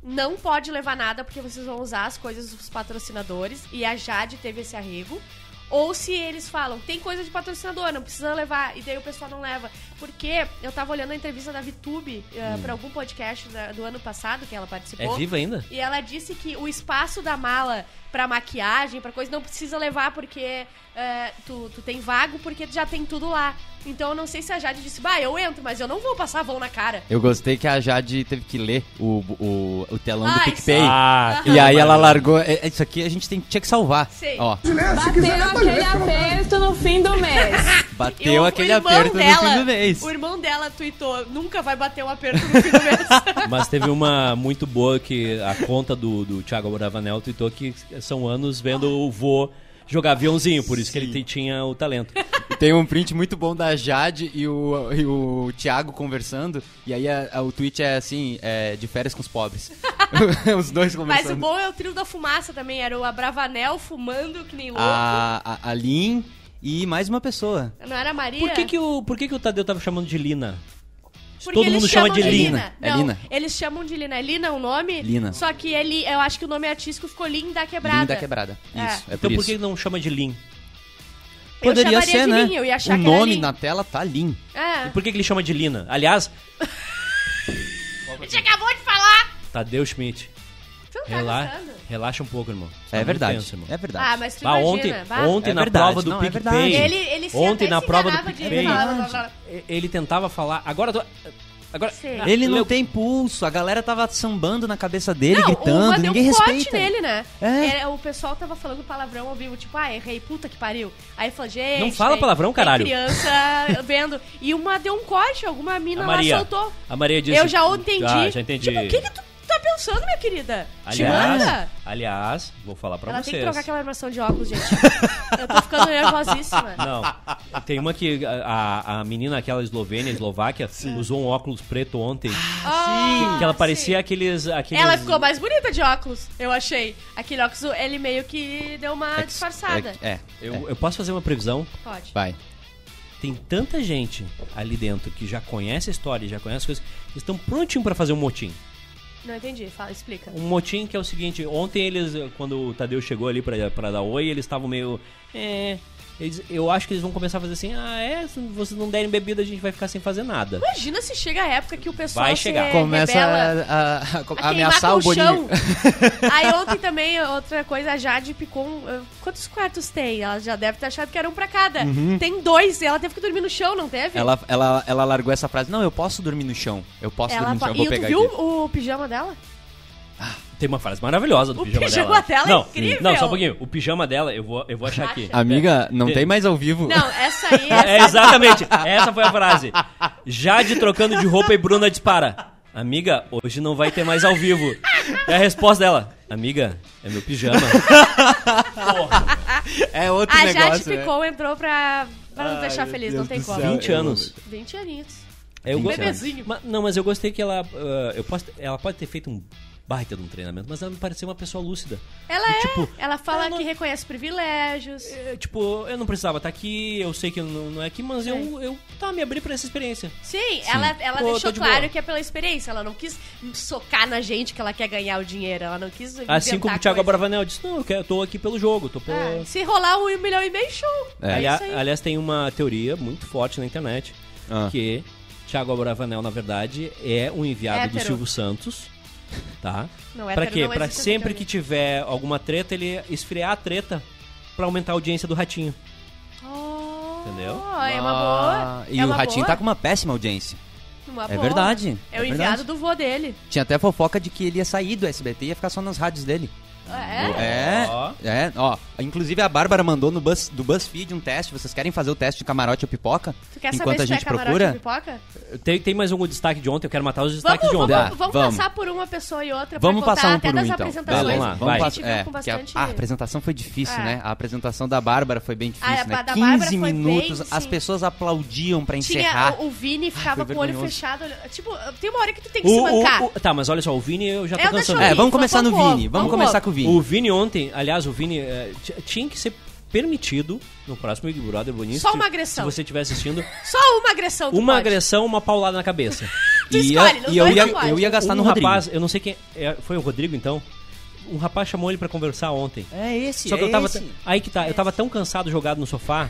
Speaker 2: Não pode levar nada porque vocês vão usar as coisas dos patrocinadores. E a Jade teve esse arrego. Ou se eles falam, tem coisa de patrocinador, não precisa levar. E daí o pessoal não leva. Porque eu tava olhando a entrevista da VTube eh, pra algum podcast da- do ano passado que ela
Speaker 3: Hum. É
Speaker 2: participou.
Speaker 3: viva ainda?
Speaker 2: E ela disse que o espaço da mala pra maquiagem, pra coisa, não precisa levar porque é, tu, tu tem vago, porque tu já tem tudo lá. Então eu não sei se a Jade disse, bah, eu entro, mas eu não vou passar vão na cara.
Speaker 4: Eu gostei que a Jade teve que ler o, o, o telão do
Speaker 2: Ai,
Speaker 4: PicPay.
Speaker 3: Ah,
Speaker 4: E aí ela largou. é- é Isso aqui a gente tem, tinha que salvar.
Speaker 2: Sim.
Speaker 4: Ó,
Speaker 9: Bateu aquele aperto no fim do mês.
Speaker 2: E
Speaker 4: bateu aquele aperto no fim do mês.
Speaker 2: O irmão dela tweetou, nunca vai bater um aperto no fim do mês.
Speaker 3: Mas teve uma muito boa que a conta do, do Thiago Bravanel tweetou que são anos vendo o vô jogar aviãozinho, por isso que ele te- tinha o talento.
Speaker 4: Tem um print muito bom da Jade e o, e o Thiago conversando. E aí a- a- o tweet é assim: é, de férias com os pobres. os dois conversando.
Speaker 2: mas o bom é o trio da fumaça também, era o Abravanel fumando que nem louco.
Speaker 4: Ah. a, a, a Lin e mais uma pessoa.
Speaker 2: Não era a Maria?
Speaker 3: Por que, que, o, por que, que o Tadeu tava chamando de Lina?
Speaker 2: Porque
Speaker 3: Todo
Speaker 2: eles
Speaker 3: mundo chama
Speaker 2: chamam
Speaker 3: de
Speaker 4: Lina. É
Speaker 2: Não,
Speaker 4: Lina.
Speaker 2: eles chamam de Lina. É Lina o nome?
Speaker 4: Lina.
Speaker 2: Só que ele, eu acho que o nome artístico ficou Linda Quebrada.
Speaker 4: Lin da quebrada.
Speaker 2: É.
Speaker 4: Isso, é
Speaker 3: então por
Speaker 4: por isso.
Speaker 3: que não chama de Lin?
Speaker 2: Eu chamaria de
Speaker 3: né?
Speaker 2: Lin, eu ia achar
Speaker 4: o
Speaker 2: que era
Speaker 4: nome
Speaker 2: Lin.
Speaker 4: na tela tá Lin.
Speaker 2: É.
Speaker 3: Por que, que ele chama de Lina? Aliás,
Speaker 2: A gente acabou de falar!
Speaker 3: Tadeu Schmidt.
Speaker 2: Tu não tá
Speaker 3: Relá-
Speaker 2: gostando?
Speaker 3: Relaxa um pouco, irmão. Tá
Speaker 4: É
Speaker 3: muito
Speaker 4: verdade.
Speaker 3: tenso, irmão.
Speaker 4: é verdade.
Speaker 2: Ah, mas tu
Speaker 3: Bah,
Speaker 2: imagina.
Speaker 3: ontem,
Speaker 2: bah.
Speaker 3: ontem
Speaker 4: É
Speaker 3: na
Speaker 4: verdade,
Speaker 3: prova do
Speaker 4: não, é
Speaker 3: PicPay.
Speaker 4: verdade.
Speaker 2: Ele, ele se
Speaker 3: ontem
Speaker 2: até
Speaker 3: na
Speaker 2: se
Speaker 3: prova do
Speaker 2: enganava de-
Speaker 3: PicPay.
Speaker 2: Ele falava, blá, blá, blá.
Speaker 3: Ele tentava falar. Agora. eu tô- Agora.
Speaker 2: Sim.
Speaker 4: Ele não
Speaker 3: Leo-
Speaker 4: tem pulso, a galera tava sambando na cabeça dele,
Speaker 2: Não,
Speaker 4: gritando,
Speaker 2: uma deu
Speaker 4: ninguém
Speaker 2: um
Speaker 4: respeita.
Speaker 2: corte nele, né?
Speaker 4: É.
Speaker 2: Era- o pessoal tava falando palavrão ao vivo, tipo, ah, errei, puta que pariu. Aí falou, gente.
Speaker 3: Não fala
Speaker 2: tem-
Speaker 3: palavrão,
Speaker 2: tem
Speaker 3: caralho.
Speaker 2: criança vendo. E uma deu um corte, alguma
Speaker 3: A
Speaker 2: mina lá
Speaker 3: Maria.
Speaker 2: soltou.
Speaker 3: A Maria disse.
Speaker 2: Eu já entendi.
Speaker 3: Ah, já entendi.
Speaker 2: Tipo, o que, que tu tá pensando, minha querida? Te
Speaker 3: Aliás,
Speaker 2: manda.
Speaker 3: aliás, vou falar pra
Speaker 2: Ela
Speaker 3: vocês.
Speaker 2: tem que trocar aquela armação de óculos, gente. Eu tô ficando nervosíssima.
Speaker 3: Não. Tem uma que a, a- a menina, aquela eslovênia, eslováquia, usou um óculos preto ontem.
Speaker 2: Ah,
Speaker 3: que ela
Speaker 2: sim.
Speaker 3: parecia aqueles, aqueles.
Speaker 2: Ela ficou mais bonita de óculos, eu achei. Aquele óculos, ele meio que deu uma
Speaker 4: É que-
Speaker 2: disfarçada.
Speaker 4: é que- É,
Speaker 3: Eu, eu posso fazer uma previsão?
Speaker 2: Pode.
Speaker 4: vai.
Speaker 3: Tem tanta gente ali dentro que já conhece a história, já conhece as coisas, que estão prontinho pra fazer um motim.
Speaker 2: Não entendi, fala, explica.
Speaker 3: Um motim que é o seguinte, ontem eles, quando o Tadeu chegou ali pra, pra dar oi, eles estavam meio. É. eles- eu acho que eles vão começar a fazer assim, ah, é, se vocês não derem bebida, a gente vai ficar sem fazer nada.
Speaker 2: Imagina se chega a época que o pessoal
Speaker 3: Vai
Speaker 2: se
Speaker 3: chegar.
Speaker 4: Começa
Speaker 2: rebela
Speaker 4: a, a- a
Speaker 2: É, a queimar
Speaker 4: ameaçar o
Speaker 2: colchão.
Speaker 4: Boninho.
Speaker 2: Aí ontem também, outra coisa, a Jade picou um, eh, Quantos quartos tem? Ela já deve ter achado que era um pra cada. Tem dois, e ela teve que dormir no chão, não teve?
Speaker 4: Uhum. Ela, ela, ela largou essa frase. Não, eu posso dormir no chão. Eu posso
Speaker 2: Ela
Speaker 4: dormir no
Speaker 2: fa-
Speaker 4: chão.
Speaker 2: E
Speaker 4: Eu vou
Speaker 2: tu
Speaker 4: pegar
Speaker 2: viu
Speaker 4: aqui.
Speaker 2: o pijama dela?
Speaker 3: Tem uma frase maravilhosa do
Speaker 2: O
Speaker 3: pijama,
Speaker 2: pijama dela é
Speaker 3: não,
Speaker 2: incrível.
Speaker 3: Não, só um pouquinho. O pijama dela, eu vou, eu vou achar aqui.
Speaker 4: Amiga, não
Speaker 3: Tem-
Speaker 4: tem mais ao vivo.
Speaker 2: Não, essa aí. essa-
Speaker 3: É, exatamente. Essa foi a frase. Jade trocando de roupa e Bruna dispara. Amiga, hoje não vai ter mais ao vivo. É a resposta dela. Amiga, é meu pijama.
Speaker 4: É outro
Speaker 2: a
Speaker 4: negócio.
Speaker 2: Jade
Speaker 4: né?
Speaker 2: ficou, entrou pra, pra não deixar feliz, não tem como.
Speaker 3: 20 anos.
Speaker 2: 20 aninhos.
Speaker 3: Eu go-
Speaker 2: bebezinho.
Speaker 3: Ma- não, mas eu gostei que ela. ah, eu posso, ela pode ter feito um baita de um treinamento, mas ela me pareceu uma pessoa lúcida.
Speaker 2: Ela
Speaker 3: E,
Speaker 2: é.
Speaker 3: tipo,
Speaker 2: ela fala
Speaker 3: ela não-
Speaker 2: que reconhece privilégios.
Speaker 3: É, tipo, eu não precisava estar aqui, eu sei que não, não é aqui, mas eu, eu tá, me abri pra essa experiência.
Speaker 2: Sim, ela, ela
Speaker 3: Pô,
Speaker 2: deixou
Speaker 3: tô de
Speaker 2: claro
Speaker 3: boa.
Speaker 2: que é pela experiência. Ela não quis socar na gente que ela quer ganhar o dinheiro. Ela não quis.
Speaker 3: Assim
Speaker 2: inventar
Speaker 3: como o Thiago
Speaker 2: coisa.
Speaker 3: Abravanel disse: Não, eu, quero, eu tô aqui pelo jogo, tô pelo.
Speaker 2: É, se rolar um milhão e meio, show. É,
Speaker 3: Alia-
Speaker 2: isso aí.
Speaker 3: aliás, tem uma teoria muito forte na internet
Speaker 4: Ah.
Speaker 3: que Thiago Abravanel, na verdade, é um enviado do
Speaker 2: Hétero.
Speaker 3: Silvio Santos. Tá?
Speaker 2: Não,
Speaker 3: pra
Speaker 2: hétero
Speaker 3: quê?
Speaker 2: não é
Speaker 3: pra
Speaker 2: existe essa
Speaker 3: sempre que
Speaker 2: teoria.
Speaker 3: tiver alguma treta, ele esfriar a treta pra aumentar a audiência do ratinho.
Speaker 2: Oh,
Speaker 3: Entendeu?
Speaker 2: É uma boa.
Speaker 4: Ah, E
Speaker 2: é
Speaker 4: o
Speaker 2: uma
Speaker 4: Ratinho
Speaker 2: boa,
Speaker 4: tá com uma péssima audiência.
Speaker 2: uma
Speaker 4: É
Speaker 2: boa.
Speaker 4: verdade.
Speaker 2: É o
Speaker 4: verdade.
Speaker 2: enviado do vô dele.
Speaker 4: Tinha até fofoca de que ele ia sair do SBT e ia ficar só nas rádios dele.
Speaker 2: É?
Speaker 4: É,
Speaker 3: Ó.
Speaker 4: é, ó. Inclusive a Bárbara mandou no buzz, do BuzzFeed um teste. Vocês querem fazer o teste de camarote ou pipoca?
Speaker 2: Tu quer
Speaker 4: Enquanto
Speaker 2: saber
Speaker 4: a
Speaker 2: se tu é
Speaker 4: gente
Speaker 2: camarote
Speaker 4: procura?
Speaker 2: de pipoca?
Speaker 3: Tem, tem mais um destaque de ontem, eu quero matar os
Speaker 2: Vamos,
Speaker 3: destaques
Speaker 2: vamos,
Speaker 3: de ontem.
Speaker 2: vamos,
Speaker 4: Tá, vamos.
Speaker 2: passar por uma pessoa e outra
Speaker 4: Vamos
Speaker 2: pra
Speaker 4: passar
Speaker 2: contar
Speaker 4: um
Speaker 2: até
Speaker 4: por um
Speaker 2: das
Speaker 4: então.
Speaker 2: apresentações.
Speaker 3: Vamos lá,
Speaker 2: porque
Speaker 3: vai.
Speaker 2: A gente viu
Speaker 4: é,
Speaker 2: com
Speaker 4: porque a-
Speaker 2: bastante...
Speaker 4: a, apresentação foi difícil,
Speaker 2: É.
Speaker 4: né? A apresentação da Bárbara foi bem difícil,
Speaker 2: Ah, a
Speaker 4: né?
Speaker 2: da
Speaker 4: 15
Speaker 2: Bárbara foi
Speaker 4: minutos,
Speaker 2: bem,
Speaker 4: as
Speaker 2: sim.
Speaker 4: pessoas aplaudiam pra encerrar.
Speaker 2: Tinha, o, o Vini ficava
Speaker 4: Ai, foi
Speaker 2: com o olho
Speaker 4: vergonhoso.
Speaker 2: fechado. olha- Tipo, tem uma hora que tu tem que se
Speaker 3: O, o-
Speaker 2: mancar.
Speaker 3: o- tá, mas olha só, o Vini eu já tô
Speaker 2: É, deixa eu
Speaker 3: cansando.
Speaker 2: ver.
Speaker 4: É, vamos
Speaker 2: Vamos
Speaker 4: começar no
Speaker 2: com ovo,
Speaker 4: Vini.
Speaker 2: vamos com
Speaker 4: Vamos começar
Speaker 2: ovo.
Speaker 4: com o Vini.
Speaker 3: O Vini ontem, aliás, o Vini eh, t- tinha que ser permitido no próximo Big Brother Bonito.
Speaker 2: Só uma agressão.
Speaker 3: Se você estiver assistindo,
Speaker 2: Só uma agressão tu
Speaker 3: uma
Speaker 2: pode.
Speaker 3: agressão, uma paulada na cabeça.
Speaker 2: Tu
Speaker 4: E
Speaker 2: escolhe,
Speaker 4: eu-
Speaker 2: os
Speaker 4: e eu
Speaker 2: dois
Speaker 4: ia,
Speaker 2: não pode.
Speaker 4: eu ia gastar
Speaker 3: um
Speaker 4: no Rodrigo.
Speaker 3: rapaz, eu não sei quem. é, foi o Rodrigo então? Um rapaz chamou ele pra conversar ontem.
Speaker 4: É esse,
Speaker 3: Só que
Speaker 4: é
Speaker 3: eu tava.
Speaker 4: esse.
Speaker 3: t- Aí que tá, eu tava tão cansado jogado no sofá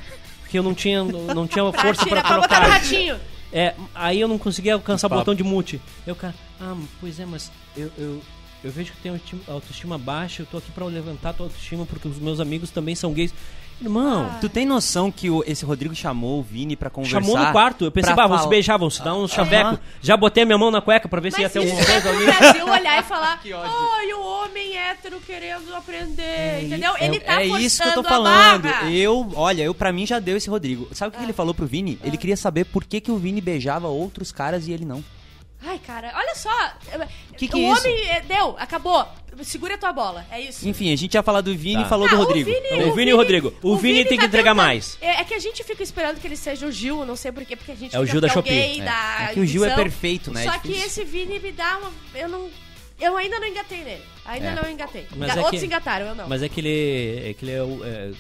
Speaker 3: que eu não tinha, não tinha
Speaker 2: Pra
Speaker 3: força
Speaker 2: tirar,
Speaker 3: pra
Speaker 2: pra botar no
Speaker 3: trocar.
Speaker 2: ratinho.
Speaker 3: É, aí eu não conseguia alcançar o botão de mute. Eu, cara, ah, pois é, mas eu, eu, eu vejo que tem autoestima- autoestima baixa, eu tô aqui pra levantar a tua autoestima porque os meus amigos também são gays. Irmão,
Speaker 2: Ah.
Speaker 4: Tu tem noção que o- esse Rodrigo chamou o Vini pra conversar?
Speaker 3: chamou no quarto, eu pensei,
Speaker 4: pra
Speaker 3: bah, vão se
Speaker 4: falar- Ah.
Speaker 3: beijar, vão se dar um chaveco. Já botei a minha mão na cueca pra ver se ia
Speaker 2: Mas
Speaker 3: ter um.
Speaker 2: isso é pro Brasil olhar e falar, ai, o homem hétero querendo aprender, entendeu?
Speaker 4: É-
Speaker 2: Ele tá
Speaker 4: é
Speaker 2: forçando
Speaker 4: isso que eu tô
Speaker 2: a
Speaker 4: falando.
Speaker 2: barra. Ah.
Speaker 4: Eu, olha, eu pra mim já deu esse Rodrigo. Sabe o que, que ele falou pro Vini? Ele queria saber por que, que o Vini beijava outros caras e ele não.
Speaker 2: Ai, cara, olha só.
Speaker 4: Que que
Speaker 2: o
Speaker 4: é
Speaker 2: homem eh, deu, acabou. Segura a tua bola, é isso.
Speaker 4: Enfim, a gente ia falar do Vini
Speaker 3: Tá.
Speaker 4: e falou
Speaker 2: Ah,
Speaker 4: do Rodrigo.
Speaker 2: O Vini,
Speaker 3: O Vini e o Rodrigo. O Vini tem que entregar
Speaker 2: tentando-
Speaker 3: mais.
Speaker 2: É, é que a gente fica esperando que ele seja o Gil, não sei porquê, porque a gente
Speaker 3: É o
Speaker 2: fica
Speaker 3: Gil da
Speaker 2: porque
Speaker 3: Shopee.
Speaker 2: alguém
Speaker 4: É.
Speaker 2: da
Speaker 4: É que o Gil é
Speaker 2: edição.
Speaker 4: perfeito, né? É
Speaker 2: Só que
Speaker 4: difícil.
Speaker 2: esse Vini me dá uma. Eu não. Eu ainda não engatei nele. Ainda
Speaker 4: É.
Speaker 2: não engatei.
Speaker 3: Mas
Speaker 2: Ga-
Speaker 3: é que-
Speaker 2: Outros engataram, eu não.
Speaker 3: Mas é que ele. É que ele é o. é-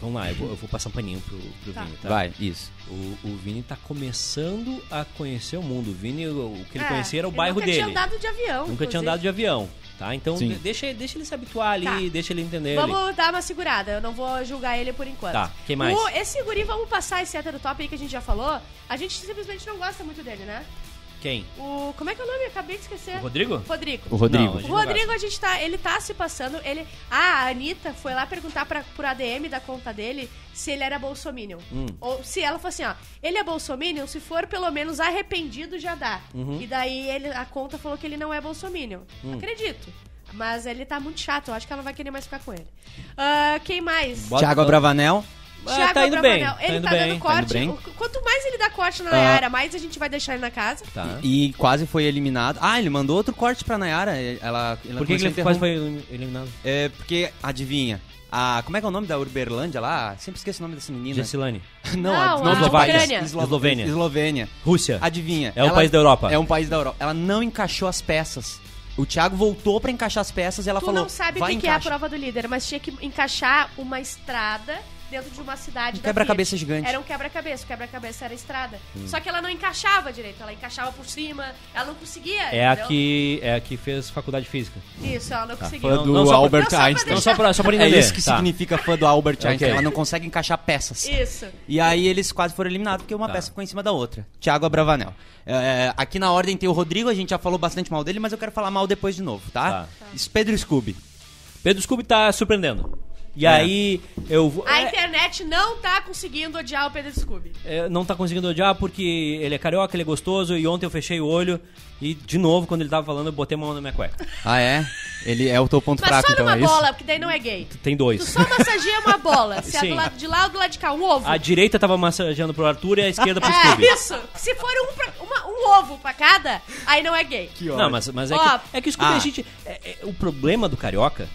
Speaker 3: Vamos lá, eu vou, eu vou passar um paninho pro, pro
Speaker 2: Tá.
Speaker 3: Vini, tá?
Speaker 4: Vai, isso.
Speaker 3: O, o Vini tá começando a conhecer o mundo. O Vini, o o que ele
Speaker 2: É,
Speaker 3: conhecia era o bairro
Speaker 2: nunca
Speaker 3: dele.
Speaker 2: Tinha andado de avião.
Speaker 3: Nunca tinha andado de avião, tá? Então
Speaker 4: Sim.
Speaker 3: de- deixa, deixa ele se habituar ali,
Speaker 2: Tá.
Speaker 3: deixa ele entender. ali.
Speaker 2: Vamos dar uma segurada, eu não vou julgar ele por enquanto.
Speaker 3: Tá, quem mais?
Speaker 2: O- esse guri, vamos passar esse hétero top aí que a gente já falou. A gente simplesmente não gosta muito dele, né?
Speaker 3: Quem?
Speaker 2: O. Como é que é o nome? Eu acabei de esquecer.
Speaker 3: O Rodrigo?
Speaker 2: Rodrigo.
Speaker 4: O Rodrigo.
Speaker 3: Não, a
Speaker 2: O
Speaker 3: gente não
Speaker 2: Rodrigo, a gente tá. Ele tá se passando. Ele. Ah, a Anitta foi lá perguntar pra, pro ADM da conta dele se ele era Bolsominion.
Speaker 3: Hum.
Speaker 2: Ou se ela falou assim, ó, ele é Bolsominion, se for pelo menos arrependido, já dá.
Speaker 3: Uhum.
Speaker 2: E daí ele, a conta falou que ele não é Bolsominion.
Speaker 3: Hum.
Speaker 2: Acredito. Mas ele tá muito chato, eu acho que ela não vai querer mais ficar com ele. Ah, quem mais?
Speaker 3: Bota-
Speaker 4: Thiago Abravanel.
Speaker 3: Ah,
Speaker 2: Thiago
Speaker 3: tá indo bem.
Speaker 2: Abravanel. Ele tá,
Speaker 3: indo
Speaker 2: dando
Speaker 3: bem,
Speaker 2: corte.
Speaker 3: Tá indo bem. Ah.
Speaker 2: O- Quanto mais ele dá corte na Nayara, mais a gente vai deixar ele na casa.
Speaker 3: Tá.
Speaker 4: E quase foi eliminado. Ah, ele mandou outro corte pra Nayara. Ela, ela
Speaker 3: Por que, que
Speaker 4: começou a
Speaker 3: ele quase
Speaker 4: interrom-
Speaker 3: foi elim- eliminado?
Speaker 4: É porque, adivinha. A, como é que é o nome da Uberlândia lá? Sempre esqueço o nome dessa menina.
Speaker 3: Gessilane.
Speaker 4: Não,
Speaker 2: Não,
Speaker 4: a
Speaker 2: a
Speaker 4: Eslováquia.
Speaker 2: Ucrânia.
Speaker 4: Eslo-
Speaker 3: Eslovênia.
Speaker 4: Eslovênia.
Speaker 3: Rússia.
Speaker 4: Adivinha.
Speaker 3: É um país da Europa.
Speaker 4: É um país da Europa. Ela não encaixou as peças. O Thiago voltou pra encaixar as peças e ela
Speaker 2: tu
Speaker 4: falou.
Speaker 2: não sabe o
Speaker 4: Vai
Speaker 2: que, que é a
Speaker 4: encaixa."
Speaker 2: prova do líder, mas tinha que encaixar uma estrada dentro de uma cidade.
Speaker 4: Um
Speaker 2: da
Speaker 4: quebra-cabeça
Speaker 2: Fiat.
Speaker 4: gigante. Hum.
Speaker 2: Era um quebra-cabeça, o quebra-cabeça era a estrada. Só que ela não encaixava direito, ela encaixava por cima, ela não conseguia.
Speaker 3: É a
Speaker 2: entendeu?
Speaker 3: que, é a que fez faculdade de física.
Speaker 2: Isso, ela não conseguia.
Speaker 4: Fã
Speaker 3: Não,
Speaker 4: do
Speaker 3: não, só pra-
Speaker 4: Albert
Speaker 2: não, só pra
Speaker 4: Einstein.
Speaker 3: Não, só pra, só pra
Speaker 4: É
Speaker 3: entender.
Speaker 4: isso que
Speaker 3: Tá.
Speaker 4: significa fã do Albert Einstein.
Speaker 3: Ok.
Speaker 4: Ela não consegue encaixar peças.
Speaker 2: Isso.
Speaker 4: E aí eles quase foram eliminados porque uma
Speaker 3: Tá.
Speaker 4: peça ficou em cima da outra. Thiago Abravanel. É, aqui na ordem tem o Rodrigo, a gente já falou bastante mal dele, mas eu quero falar mal depois de novo, tá?
Speaker 3: Tá.
Speaker 4: Isso, Pedro Scooby.
Speaker 3: Pedro Scooby tá surpreendendo. E
Speaker 4: É.
Speaker 3: aí, eu vou.
Speaker 2: A
Speaker 3: é,
Speaker 2: internet não tá conseguindo odiar o Pedro Scooby.
Speaker 3: é, não tá conseguindo odiar porque ele é carioca, ele é gostoso. E ontem eu fechei o olho. E de novo, quando ele tava falando, eu botei a mão na minha cueca.
Speaker 4: Ah, é? Ele é o teu ponto
Speaker 2: Mas
Speaker 4: fraco,
Speaker 2: só
Speaker 4: então,
Speaker 2: numa
Speaker 4: é isso?
Speaker 2: bola, porque daí não é gay.
Speaker 3: Tem
Speaker 2: Tu
Speaker 3: dois.
Speaker 2: só massageia uma bola. Se é
Speaker 3: Sim.
Speaker 2: do lado de lá ou do lado de cá, um ovo.
Speaker 3: A direita tava massageando pro Arthur e a esquerda pro Scooby.
Speaker 2: É, isso. Se for um, pra- uma- um ovo pra cada, aí não é gay.
Speaker 3: Não, mas, mas é,
Speaker 2: Ó,
Speaker 3: que, é que o Scooby
Speaker 4: ah.
Speaker 3: a gente. é- é- o problema do carioca.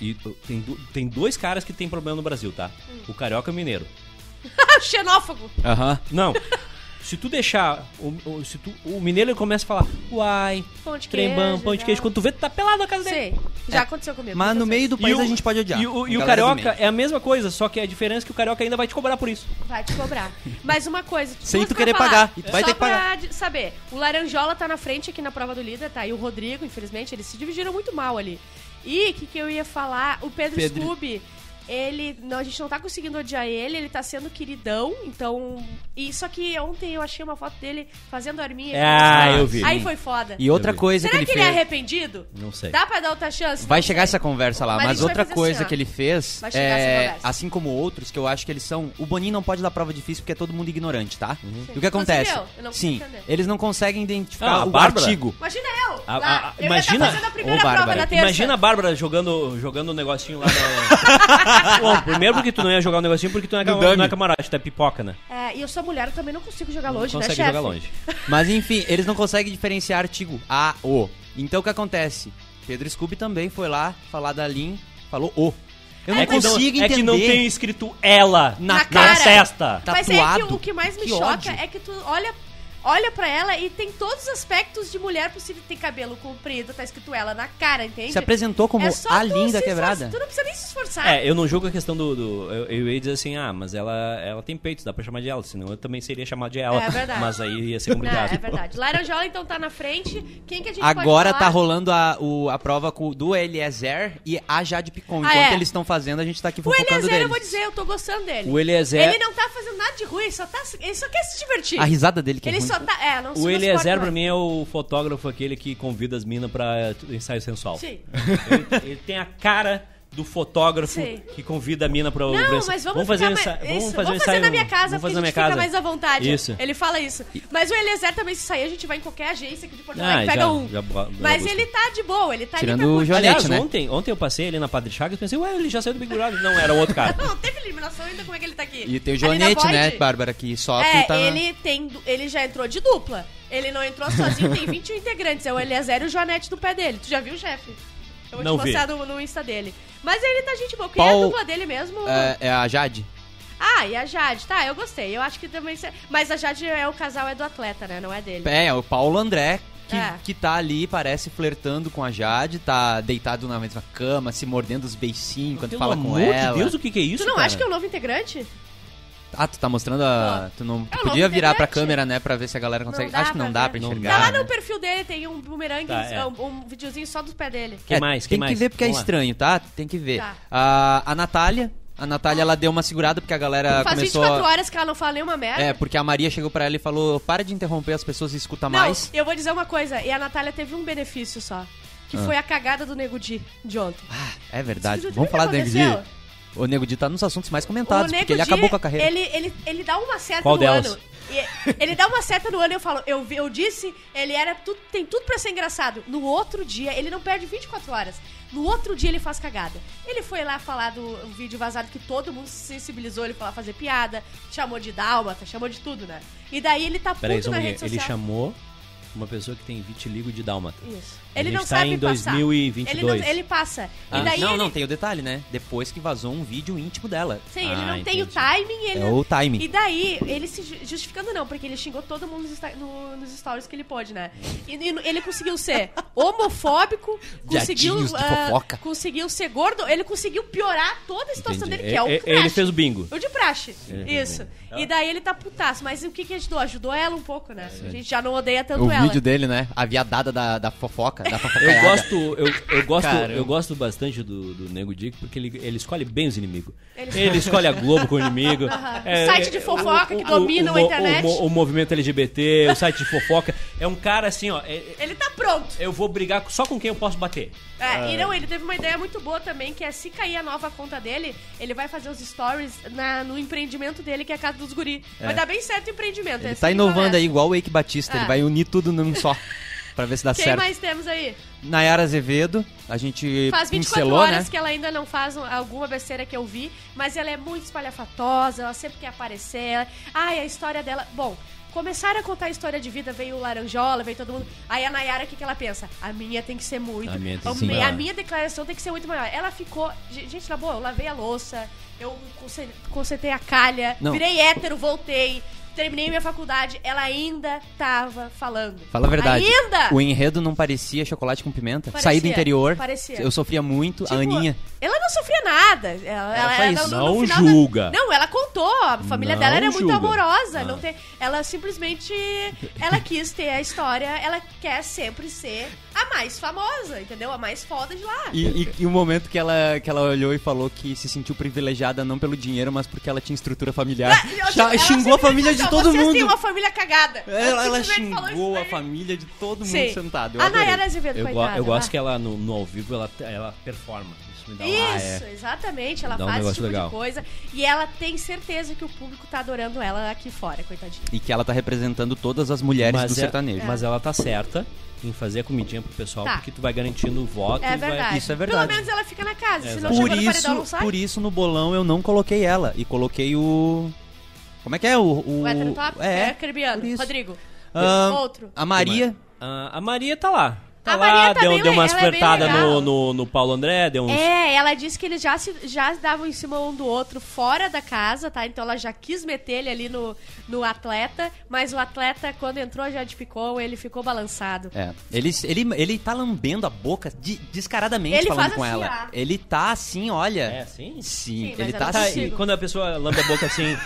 Speaker 3: E uh, tem, do- tem dois caras que tem problema no Brasil, tá?
Speaker 2: Hum.
Speaker 3: O carioca e o mineiro.
Speaker 2: Xenófobo.
Speaker 4: Aham.
Speaker 3: Não. Se tu deixar. O, o- se tu, o mineiro ele começa a falar, uai,
Speaker 2: Pão de
Speaker 3: trembão,
Speaker 2: queijo,
Speaker 3: pão de
Speaker 2: já.
Speaker 3: queijo. Quando tu vê, tu tá pelado na casa dele.
Speaker 2: Sei. Já aconteceu comigo.
Speaker 4: É. Mas no
Speaker 2: muitas
Speaker 4: meio do
Speaker 3: E
Speaker 4: país
Speaker 3: o-
Speaker 4: a gente pode odiar.
Speaker 3: E o, e
Speaker 4: A
Speaker 3: o
Speaker 4: galera do
Speaker 3: carioca
Speaker 4: meio.
Speaker 3: é a mesma coisa, só que a diferença é que o carioca ainda vai te cobrar por isso.
Speaker 2: vezes. Vai te cobrar. Mas uma coisa.
Speaker 4: Sem
Speaker 2: duas
Speaker 4: tu
Speaker 2: pra
Speaker 4: querer
Speaker 2: falar.
Speaker 4: pagar. E tu vai
Speaker 2: Só
Speaker 4: ter que pagar.
Speaker 2: pra de- saber. O Laranjola tá na frente aqui na prova do líder, tá? E o Rodrigo, infelizmente, eles se dividiram muito mal ali. E o que, que eu ia falar? O Pedro,
Speaker 4: Pedro.
Speaker 2: Scooby. Ele, não, a gente não tá conseguindo odiar ele, ele tá sendo queridão, então. E só que ontem eu achei uma foto dele fazendo arminha.
Speaker 3: Ah, eu vi.
Speaker 2: Aí foi foda.
Speaker 4: E outra
Speaker 3: vi.
Speaker 4: coisa
Speaker 2: Será que
Speaker 4: que
Speaker 2: ele
Speaker 4: ele
Speaker 2: é
Speaker 4: fez...
Speaker 2: arrependido?
Speaker 3: Não sei.
Speaker 2: Dá pra dar outra chance?
Speaker 4: Vai
Speaker 2: Não
Speaker 4: chegar
Speaker 2: sei.
Speaker 4: essa conversa lá,
Speaker 2: Mas a
Speaker 4: mas,
Speaker 2: gente vai
Speaker 4: outra
Speaker 2: fazer
Speaker 4: coisa
Speaker 2: assim, ó.
Speaker 4: que ele fez,
Speaker 2: Vai chegar essa
Speaker 4: é,
Speaker 2: conversa.
Speaker 4: assim como outros, que eu acho que eles são... O Boninho não pode dar prova difícil porque é todo mundo ignorante, tá? E o que acontece?
Speaker 2: Conseguiu? Eu não
Speaker 4: Sim,
Speaker 2: consigo entender.
Speaker 4: eles não conseguem identificar
Speaker 3: Uhum. Ah, a
Speaker 4: o
Speaker 3: Bárbara?
Speaker 4: artigo.
Speaker 2: Imagina eu!
Speaker 3: A-
Speaker 2: lá,
Speaker 3: a- a-
Speaker 2: eu
Speaker 3: imagina-
Speaker 2: ia tá fazendo a primeira
Speaker 4: Ô, Bárbara,
Speaker 2: prova da terça.
Speaker 3: Imagina a Bárbara jogando jogando um negocinho lá na. Bom, primeiro porque tu não ia jogar um negocinho porque tu não é,
Speaker 4: No
Speaker 3: cama, não é
Speaker 4: dummy.
Speaker 3: camarote, tu é pipoca, né?
Speaker 2: É, e eu sou mulher, eu também não consigo jogar
Speaker 3: Não
Speaker 2: longe, né,
Speaker 3: consegue
Speaker 2: chefe?
Speaker 3: jogar longe.
Speaker 4: Mas enfim, eles não conseguem diferenciar artigo A, O. Então o que acontece? Pedro Scooby também foi lá falar da Lin, falou O. Eu não
Speaker 3: é, que não,
Speaker 4: consigo
Speaker 3: é
Speaker 4: entender.
Speaker 3: que não tem escrito ela
Speaker 4: Na
Speaker 3: na,
Speaker 2: cara.
Speaker 3: cesta.
Speaker 2: Mas é que
Speaker 4: tatuado.
Speaker 2: o que mais me
Speaker 4: Que
Speaker 2: choca
Speaker 4: ódio.
Speaker 2: é que tu olha, olha pra ela e tem todos os aspectos de mulher possível. Tem cabelo comprido, tá escrito ela na cara, entende?
Speaker 4: Se apresentou como
Speaker 2: é só
Speaker 4: a
Speaker 2: tu
Speaker 4: Lin
Speaker 2: se
Speaker 4: da
Speaker 2: esfor-
Speaker 4: quebrada.
Speaker 2: Tu não precisa nem se esforçar.
Speaker 3: É, eu não julgo a questão do. do- eu, eu ia dizer assim, ah, mas ela, ela tem peito, dá pra chamar de ela, senão eu também seria chamado de ela.
Speaker 2: É verdade.
Speaker 3: Mas aí ia ser
Speaker 2: Não,
Speaker 3: complicado.
Speaker 2: é verdade. Laranjola, então, tá na frente. Quem que a gente
Speaker 4: Agora
Speaker 2: pode
Speaker 4: tá
Speaker 2: falar?
Speaker 4: rolando a, o- a prova com, do Eliezer e a Jade Picon. Enquanto
Speaker 2: é.
Speaker 4: eles estão fazendo, a gente tá aqui
Speaker 2: O
Speaker 4: fofocando
Speaker 2: Eliezer,
Speaker 4: deles.
Speaker 2: eu vou dizer, eu tô gostando dele.
Speaker 3: O Eliezer-
Speaker 2: Ele não tá fazendo nada de ruim, só tá, ele só quer se divertir.
Speaker 4: A risada dele que é
Speaker 2: Ele
Speaker 4: ruim.
Speaker 2: só tá. É, não se
Speaker 3: O
Speaker 2: não se
Speaker 3: Eliezer,
Speaker 2: importa
Speaker 3: pra
Speaker 2: mais.
Speaker 3: mim, é o fotógrafo aquele que convida as minas pra ensaio sensual.
Speaker 2: Sim.
Speaker 3: Ele, ele tem a cara do fotógrafo
Speaker 2: Sim.
Speaker 3: que convida a mina pra...
Speaker 2: Não,
Speaker 3: pra
Speaker 2: mas vamos, ficar
Speaker 3: fazer
Speaker 2: mais-
Speaker 3: um ensaio.
Speaker 2: isso,
Speaker 3: Vamos fazer um
Speaker 2: vamos
Speaker 3: ensaio.
Speaker 2: na minha casa, porque
Speaker 3: vamos fazer
Speaker 2: a
Speaker 3: na
Speaker 2: gente
Speaker 3: minha
Speaker 2: fica
Speaker 3: casa.
Speaker 2: mais à vontade.
Speaker 3: Isso.
Speaker 2: Ele fala isso. Mas o Eliezer também, se sair, a gente vai em qualquer agência aqui de Porto
Speaker 3: Ah,
Speaker 2: Alegre,
Speaker 3: já-
Speaker 2: pega um.
Speaker 3: já bo- já
Speaker 2: Mas
Speaker 3: busca.
Speaker 2: ele tá de boa, ele tá ali
Speaker 4: Tirando
Speaker 2: pra
Speaker 4: o
Speaker 2: curtir.
Speaker 4: Johnete,
Speaker 3: Aliás,
Speaker 4: né?
Speaker 3: ontem, ontem eu passei ali na Padre Chagas e pensei, ué, ele já saiu do Big Brother. Não, era outro cara.
Speaker 2: Não, teve eliminação ainda, como é que ele tá aqui?
Speaker 4: E tem o
Speaker 2: Ali na
Speaker 4: Joanete,
Speaker 2: Void?
Speaker 4: né, Bárbara? Que só
Speaker 2: É,
Speaker 4: tu tá.
Speaker 2: ele, tem, du- ele já entrou de dupla. Ele não entrou sozinho, tem 21 integrantes. É o Eliezer e o Joanete do pé dele. Tu já viu, chefe? Eu vou
Speaker 3: Não
Speaker 2: te
Speaker 3: vi.
Speaker 2: postar no, no Insta dele. Mas ele tá gente boa. Quem é
Speaker 4: Paul-
Speaker 2: a dupla dele mesmo?
Speaker 4: É, é a Jade?
Speaker 2: Ah, e a Jade. Tá, eu gostei. Eu acho que também... se- Mas a Jade é o casal, é do atleta, né? Não é dele.
Speaker 4: É, é o Paulo André. Que,
Speaker 2: É.
Speaker 4: que tá ali, parece flertando com a Jade, tá deitado na mesma cama, se mordendo os beicinhos enquanto
Speaker 3: Pelo
Speaker 4: fala com
Speaker 3: amor
Speaker 4: ela.
Speaker 3: de Deus, o que que é isso,
Speaker 2: tu não
Speaker 3: cara?
Speaker 2: acha que é um novo integrante?
Speaker 4: Ah, tu tá mostrando a. Tu não. Tu
Speaker 2: É o
Speaker 4: podia
Speaker 2: novo
Speaker 4: virar pra
Speaker 2: integrante.
Speaker 4: câmera, né? Pra ver se a galera consegue.
Speaker 2: dá
Speaker 4: Acho que não
Speaker 2: pra
Speaker 4: dá
Speaker 2: ver.
Speaker 4: pra
Speaker 3: Não
Speaker 4: enxergar.
Speaker 2: Tá lá
Speaker 4: né?
Speaker 2: no perfil dele, tem um bumerangue,
Speaker 3: Tá, é.
Speaker 2: um, um videozinho só do pé dele.
Speaker 3: Que mais? Que
Speaker 4: É, tem
Speaker 3: mais?
Speaker 4: que ver porque é
Speaker 3: Vamos lá.
Speaker 4: estranho, tá? Tem que ver.
Speaker 2: Tá.
Speaker 4: Ah, a Natália, a Natália ela deu uma segurada porque a galera
Speaker 2: Faz
Speaker 4: Tá, começou.
Speaker 2: 24
Speaker 4: a-
Speaker 2: horas né? que ela não fala nenhuma merda.
Speaker 4: É, porque a Maria chegou pra ela e falou: para de interromper as pessoas e escuta
Speaker 2: Não,
Speaker 4: mais.
Speaker 2: eu vou dizer uma coisa. E a Natália teve um benefício só. Que
Speaker 4: Ah.
Speaker 2: foi a cagada do Nego Di de ontem.
Speaker 4: É verdade.
Speaker 2: Escuta,
Speaker 4: Vamos
Speaker 2: o que
Speaker 4: falar do Nego Di?
Speaker 2: aconteceu?
Speaker 4: O Nego Di tá nos assuntos mais
Speaker 2: O
Speaker 4: comentados,
Speaker 2: Nego
Speaker 4: porque ele
Speaker 2: Di,
Speaker 4: acabou com a carreira.
Speaker 2: Ele, ele, ele dá uma seta
Speaker 3: Qual
Speaker 2: no
Speaker 3: delas?
Speaker 2: ano. E- ele dá uma seta no ano e eu falo, eu, vi- eu disse, ele era tu- tem tudo pra ser engraçado. No outro dia, ele não perde 24 horas. No outro dia ele faz cagada. Ele foi lá falar do um vídeo vazado que todo mundo se sensibilizou, ele foi lá fazer piada, chamou de dálmata, chamou de tudo, né? E daí ele tá
Speaker 3: Peraí,
Speaker 2: puto
Speaker 3: só um
Speaker 2: na
Speaker 3: pouquinho.
Speaker 2: rede
Speaker 3: Ele
Speaker 2: social.
Speaker 3: chamou uma pessoa que tem vitiligo de dálmata.
Speaker 2: Isso.
Speaker 3: A
Speaker 2: Ele
Speaker 3: gente
Speaker 2: não
Speaker 3: tá
Speaker 2: sabe
Speaker 3: em
Speaker 2: passar.
Speaker 3: 2022.
Speaker 2: Ele, não- ele passa.
Speaker 4: Ah,
Speaker 2: e daí
Speaker 4: não,
Speaker 2: ele,
Speaker 4: não, tem o detalhe, né? Depois que vazou um vídeo íntimo dela.
Speaker 2: Sim, ele
Speaker 3: Ah,
Speaker 2: não tem o
Speaker 3: entendi.
Speaker 2: timing, ele
Speaker 4: É
Speaker 2: não-
Speaker 4: o timing.
Speaker 2: E daí, ele se ju- justificando não, porque ele xingou todo mundo nos, insta- no- nos stories que ele pôde, né? E, e ele conseguiu ser homofóbico, conseguiu,
Speaker 4: Viadinhos de
Speaker 2: ah,
Speaker 4: fofoca.
Speaker 2: conseguiu ser gordo, ele conseguiu piorar toda a situação
Speaker 3: Entendi.
Speaker 2: dele, que é o
Speaker 3: E- e-
Speaker 2: que
Speaker 3: ele
Speaker 2: praxe.
Speaker 3: fez o bingo.
Speaker 2: O de
Speaker 4: É,
Speaker 2: praxe,
Speaker 3: Ele fez
Speaker 2: isso.
Speaker 3: o
Speaker 2: E daí ele tá putaço, mas o que que ajudou? Ajudou ela um pouco, né? A gente já não odeia tanto
Speaker 4: É. O
Speaker 2: ela.
Speaker 4: vídeo dele, né? A viadada da, da fofoca, da fofocaiada.
Speaker 3: Eu gosto, eu, eu gosto,
Speaker 4: Caramba.
Speaker 3: eu gosto bastante do, do Nego Dick porque ele, ele escolhe bem os inimigos.
Speaker 2: Ele-
Speaker 3: Ele, escolhe a Globo com o inimigo. É,
Speaker 2: Site de
Speaker 3: é,
Speaker 2: fofoca que domina a
Speaker 3: mo-
Speaker 2: internet.
Speaker 3: O, mo- o movimento LGBT, o site de fofoca. É um cara assim, ó. é- é-
Speaker 2: Ele tá pronto.
Speaker 3: eu vou brigar só com quem eu posso bater.
Speaker 2: É, e não, ele teve uma ideia muito boa também, que é se cair a nova conta dele, ele vai fazer os stories na- no empreendimento dele, que é a casa dos guri. Vai dar bem certo o empreendimento. é
Speaker 4: Ele
Speaker 2: assim
Speaker 4: tá
Speaker 2: que
Speaker 4: inovando
Speaker 2: começa.
Speaker 4: aí, igual o Eike Batista.
Speaker 2: É.
Speaker 4: Ele vai unir tudo num só. Pra ver se dá
Speaker 2: Quem
Speaker 4: tá certo.
Speaker 2: mais temos aí?
Speaker 4: Nayara Azevedo, a gente
Speaker 2: Faz 24
Speaker 4: pincelou,
Speaker 2: horas
Speaker 4: né?
Speaker 2: que ela ainda não faz um- alguma besteira que eu vi, mas ela é muito espalhafatosa, ela sempre quer aparecer. ela- Ai, a história dela. Bom. Começaram a contar a história de vida, veio o Laranjola, veio todo mundo. Aí a Nayara, o que, que ela pensa? A minha tem que ser muito.
Speaker 3: A minha tem que
Speaker 2: a
Speaker 3: ser
Speaker 2: minha-
Speaker 3: maior.
Speaker 2: a minha declaração tem que ser muito maior. Ela ficou. Ge- Gente, na boa, eu lavei a louça, eu conce- consertei a calha,
Speaker 4: Não.
Speaker 2: virei hétero, voltei, terminei minha faculdade. Ela ainda tava falando.
Speaker 4: Fala a verdade.
Speaker 2: Ainda!
Speaker 4: O enredo não parecia chocolate com pimenta.
Speaker 2: Parecia,
Speaker 4: Saí do interior.
Speaker 2: parecia.
Speaker 4: Eu sofria muito.
Speaker 2: Tipo,
Speaker 4: a Aninha.
Speaker 2: Ela não sofria nada. Ela, ela,
Speaker 4: só
Speaker 2: ela-
Speaker 4: isso.
Speaker 3: Não
Speaker 2: final
Speaker 3: julga.
Speaker 2: da- Não, ela contou. A família
Speaker 3: Não
Speaker 2: dela era muito
Speaker 3: julga.
Speaker 2: amorosa.
Speaker 4: Ah.
Speaker 2: Não tem, ela simplesmente. Ela quis ter a história. Ela quer sempre ser a mais famosa, entendeu? A mais foda de lá.
Speaker 4: E, e- e o momento que ela, que ela olhou e falou que se sentiu privilegiada não pelo dinheiro, mas porque ela tinha estrutura familiar. Xa-
Speaker 2: Ah, Ela
Speaker 4: xingou a
Speaker 2: simplesmente
Speaker 4: família
Speaker 2: falou,
Speaker 4: de
Speaker 2: assim,
Speaker 4: todo
Speaker 2: Vocês
Speaker 4: mundo.
Speaker 2: têm é, uma família cagada.
Speaker 4: Ela, ela
Speaker 2: simplesmente falou isso
Speaker 4: xingou a
Speaker 2: daí.
Speaker 4: família de todo mundo
Speaker 2: Sim.
Speaker 4: sentado. Eu
Speaker 2: a
Speaker 4: adorei.
Speaker 2: Nayara Azevedo,
Speaker 3: Eu, go-
Speaker 2: coitada.
Speaker 3: eu gosto
Speaker 2: vai.
Speaker 4: é
Speaker 3: que ela, no, no ao vivo, ela, ela performa. Isso
Speaker 4: Ah,
Speaker 3: me dá uma-
Speaker 2: Isso, exatamente. Ela
Speaker 3: Dá um
Speaker 2: faz esse
Speaker 3: negócio
Speaker 2: tipo
Speaker 3: legal.
Speaker 2: de coisa. E ela tem certeza que o público tá adorando ela aqui fora, coitadinha.
Speaker 4: E que ela tá representando todas as mulheres do
Speaker 3: é-
Speaker 4: sertanejo.
Speaker 3: mas ela tá certa em fazer a comidinha pro pessoal,
Speaker 2: Tá.
Speaker 3: porque tu vai garantindo o voto.
Speaker 2: É
Speaker 3: e vai-
Speaker 2: verdade.
Speaker 4: Isso é verdade. É,
Speaker 2: Pelo menos ela fica na casa. se não
Speaker 3: exato.
Speaker 2: chegou
Speaker 4: Por
Speaker 2: no paredão, não
Speaker 4: isso,
Speaker 2: sai.
Speaker 4: por isso no bolão eu não coloquei ela e coloquei o Como é que é o o,
Speaker 2: O hétero top
Speaker 4: é,
Speaker 2: é
Speaker 4: por
Speaker 2: Carbiano.
Speaker 4: isso.
Speaker 2: Rodrigo.
Speaker 4: Ahn,
Speaker 2: Outro. é?
Speaker 4: A Maria
Speaker 3: Ah, a Maria tá lá. Tá
Speaker 2: A
Speaker 3: lá,
Speaker 2: Maria tá
Speaker 3: deu,
Speaker 2: bem
Speaker 3: deu
Speaker 2: le-
Speaker 3: umas
Speaker 2: ela é bem
Speaker 3: flertadas
Speaker 2: legal.
Speaker 3: no, no, no Paulo André, deu um uns.
Speaker 2: É, ela disse que eles já se já davam em cima um do outro fora da casa, tá? Então ela já quis meter ele ali no, no atleta, mas o atleta, quando entrou, já despicou, ele ficou balançado.
Speaker 4: é, ele, ele, ele tá lambendo a boca de- descaradamente
Speaker 2: Ele
Speaker 4: falando
Speaker 2: faz
Speaker 4: com
Speaker 2: assim,
Speaker 4: ela.
Speaker 2: ó.
Speaker 4: Ele tá assim, olha.
Speaker 3: É assim?
Speaker 2: Sim,
Speaker 4: Sim,
Speaker 2: mas
Speaker 4: ele
Speaker 2: eu
Speaker 4: tá
Speaker 2: não
Speaker 3: Tá,
Speaker 4: assim.
Speaker 3: e
Speaker 2: consigo.
Speaker 3: quando a pessoa lambe a boca assim,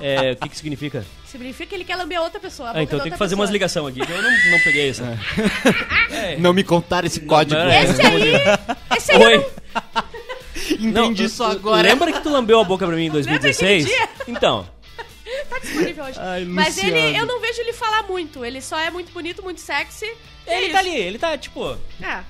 Speaker 3: é, o que que significa?
Speaker 2: Significa que ele quer lamber outra
Speaker 4: É,
Speaker 2: pessoa. a
Speaker 3: Ah,
Speaker 2: boca
Speaker 3: então
Speaker 2: da
Speaker 3: tem que
Speaker 2: outra
Speaker 3: fazer
Speaker 2: pessoa.
Speaker 3: umas ligações aqui, que eu não, não peguei isso. É.
Speaker 4: Não me contaram esse código.
Speaker 3: não, é.
Speaker 2: Esse aí. Esse aí. eu
Speaker 3: Oi.
Speaker 2: não-
Speaker 4: Entendi
Speaker 3: Não,
Speaker 4: só
Speaker 3: tu-
Speaker 4: agora.
Speaker 3: Lembra que tu lambeu a boca pra mim em
Speaker 2: Lembra aquele
Speaker 3: 2016?
Speaker 2: dia?
Speaker 3: Então,
Speaker 2: Tá disponível hoje.
Speaker 4: Ai,
Speaker 2: mas
Speaker 4: Luciano.
Speaker 2: ele, eu não vejo ele falar muito. Ele só é muito bonito, muito sexy. e é
Speaker 3: ele
Speaker 2: isso.
Speaker 3: tá ali, ele tá tipo.
Speaker 2: É.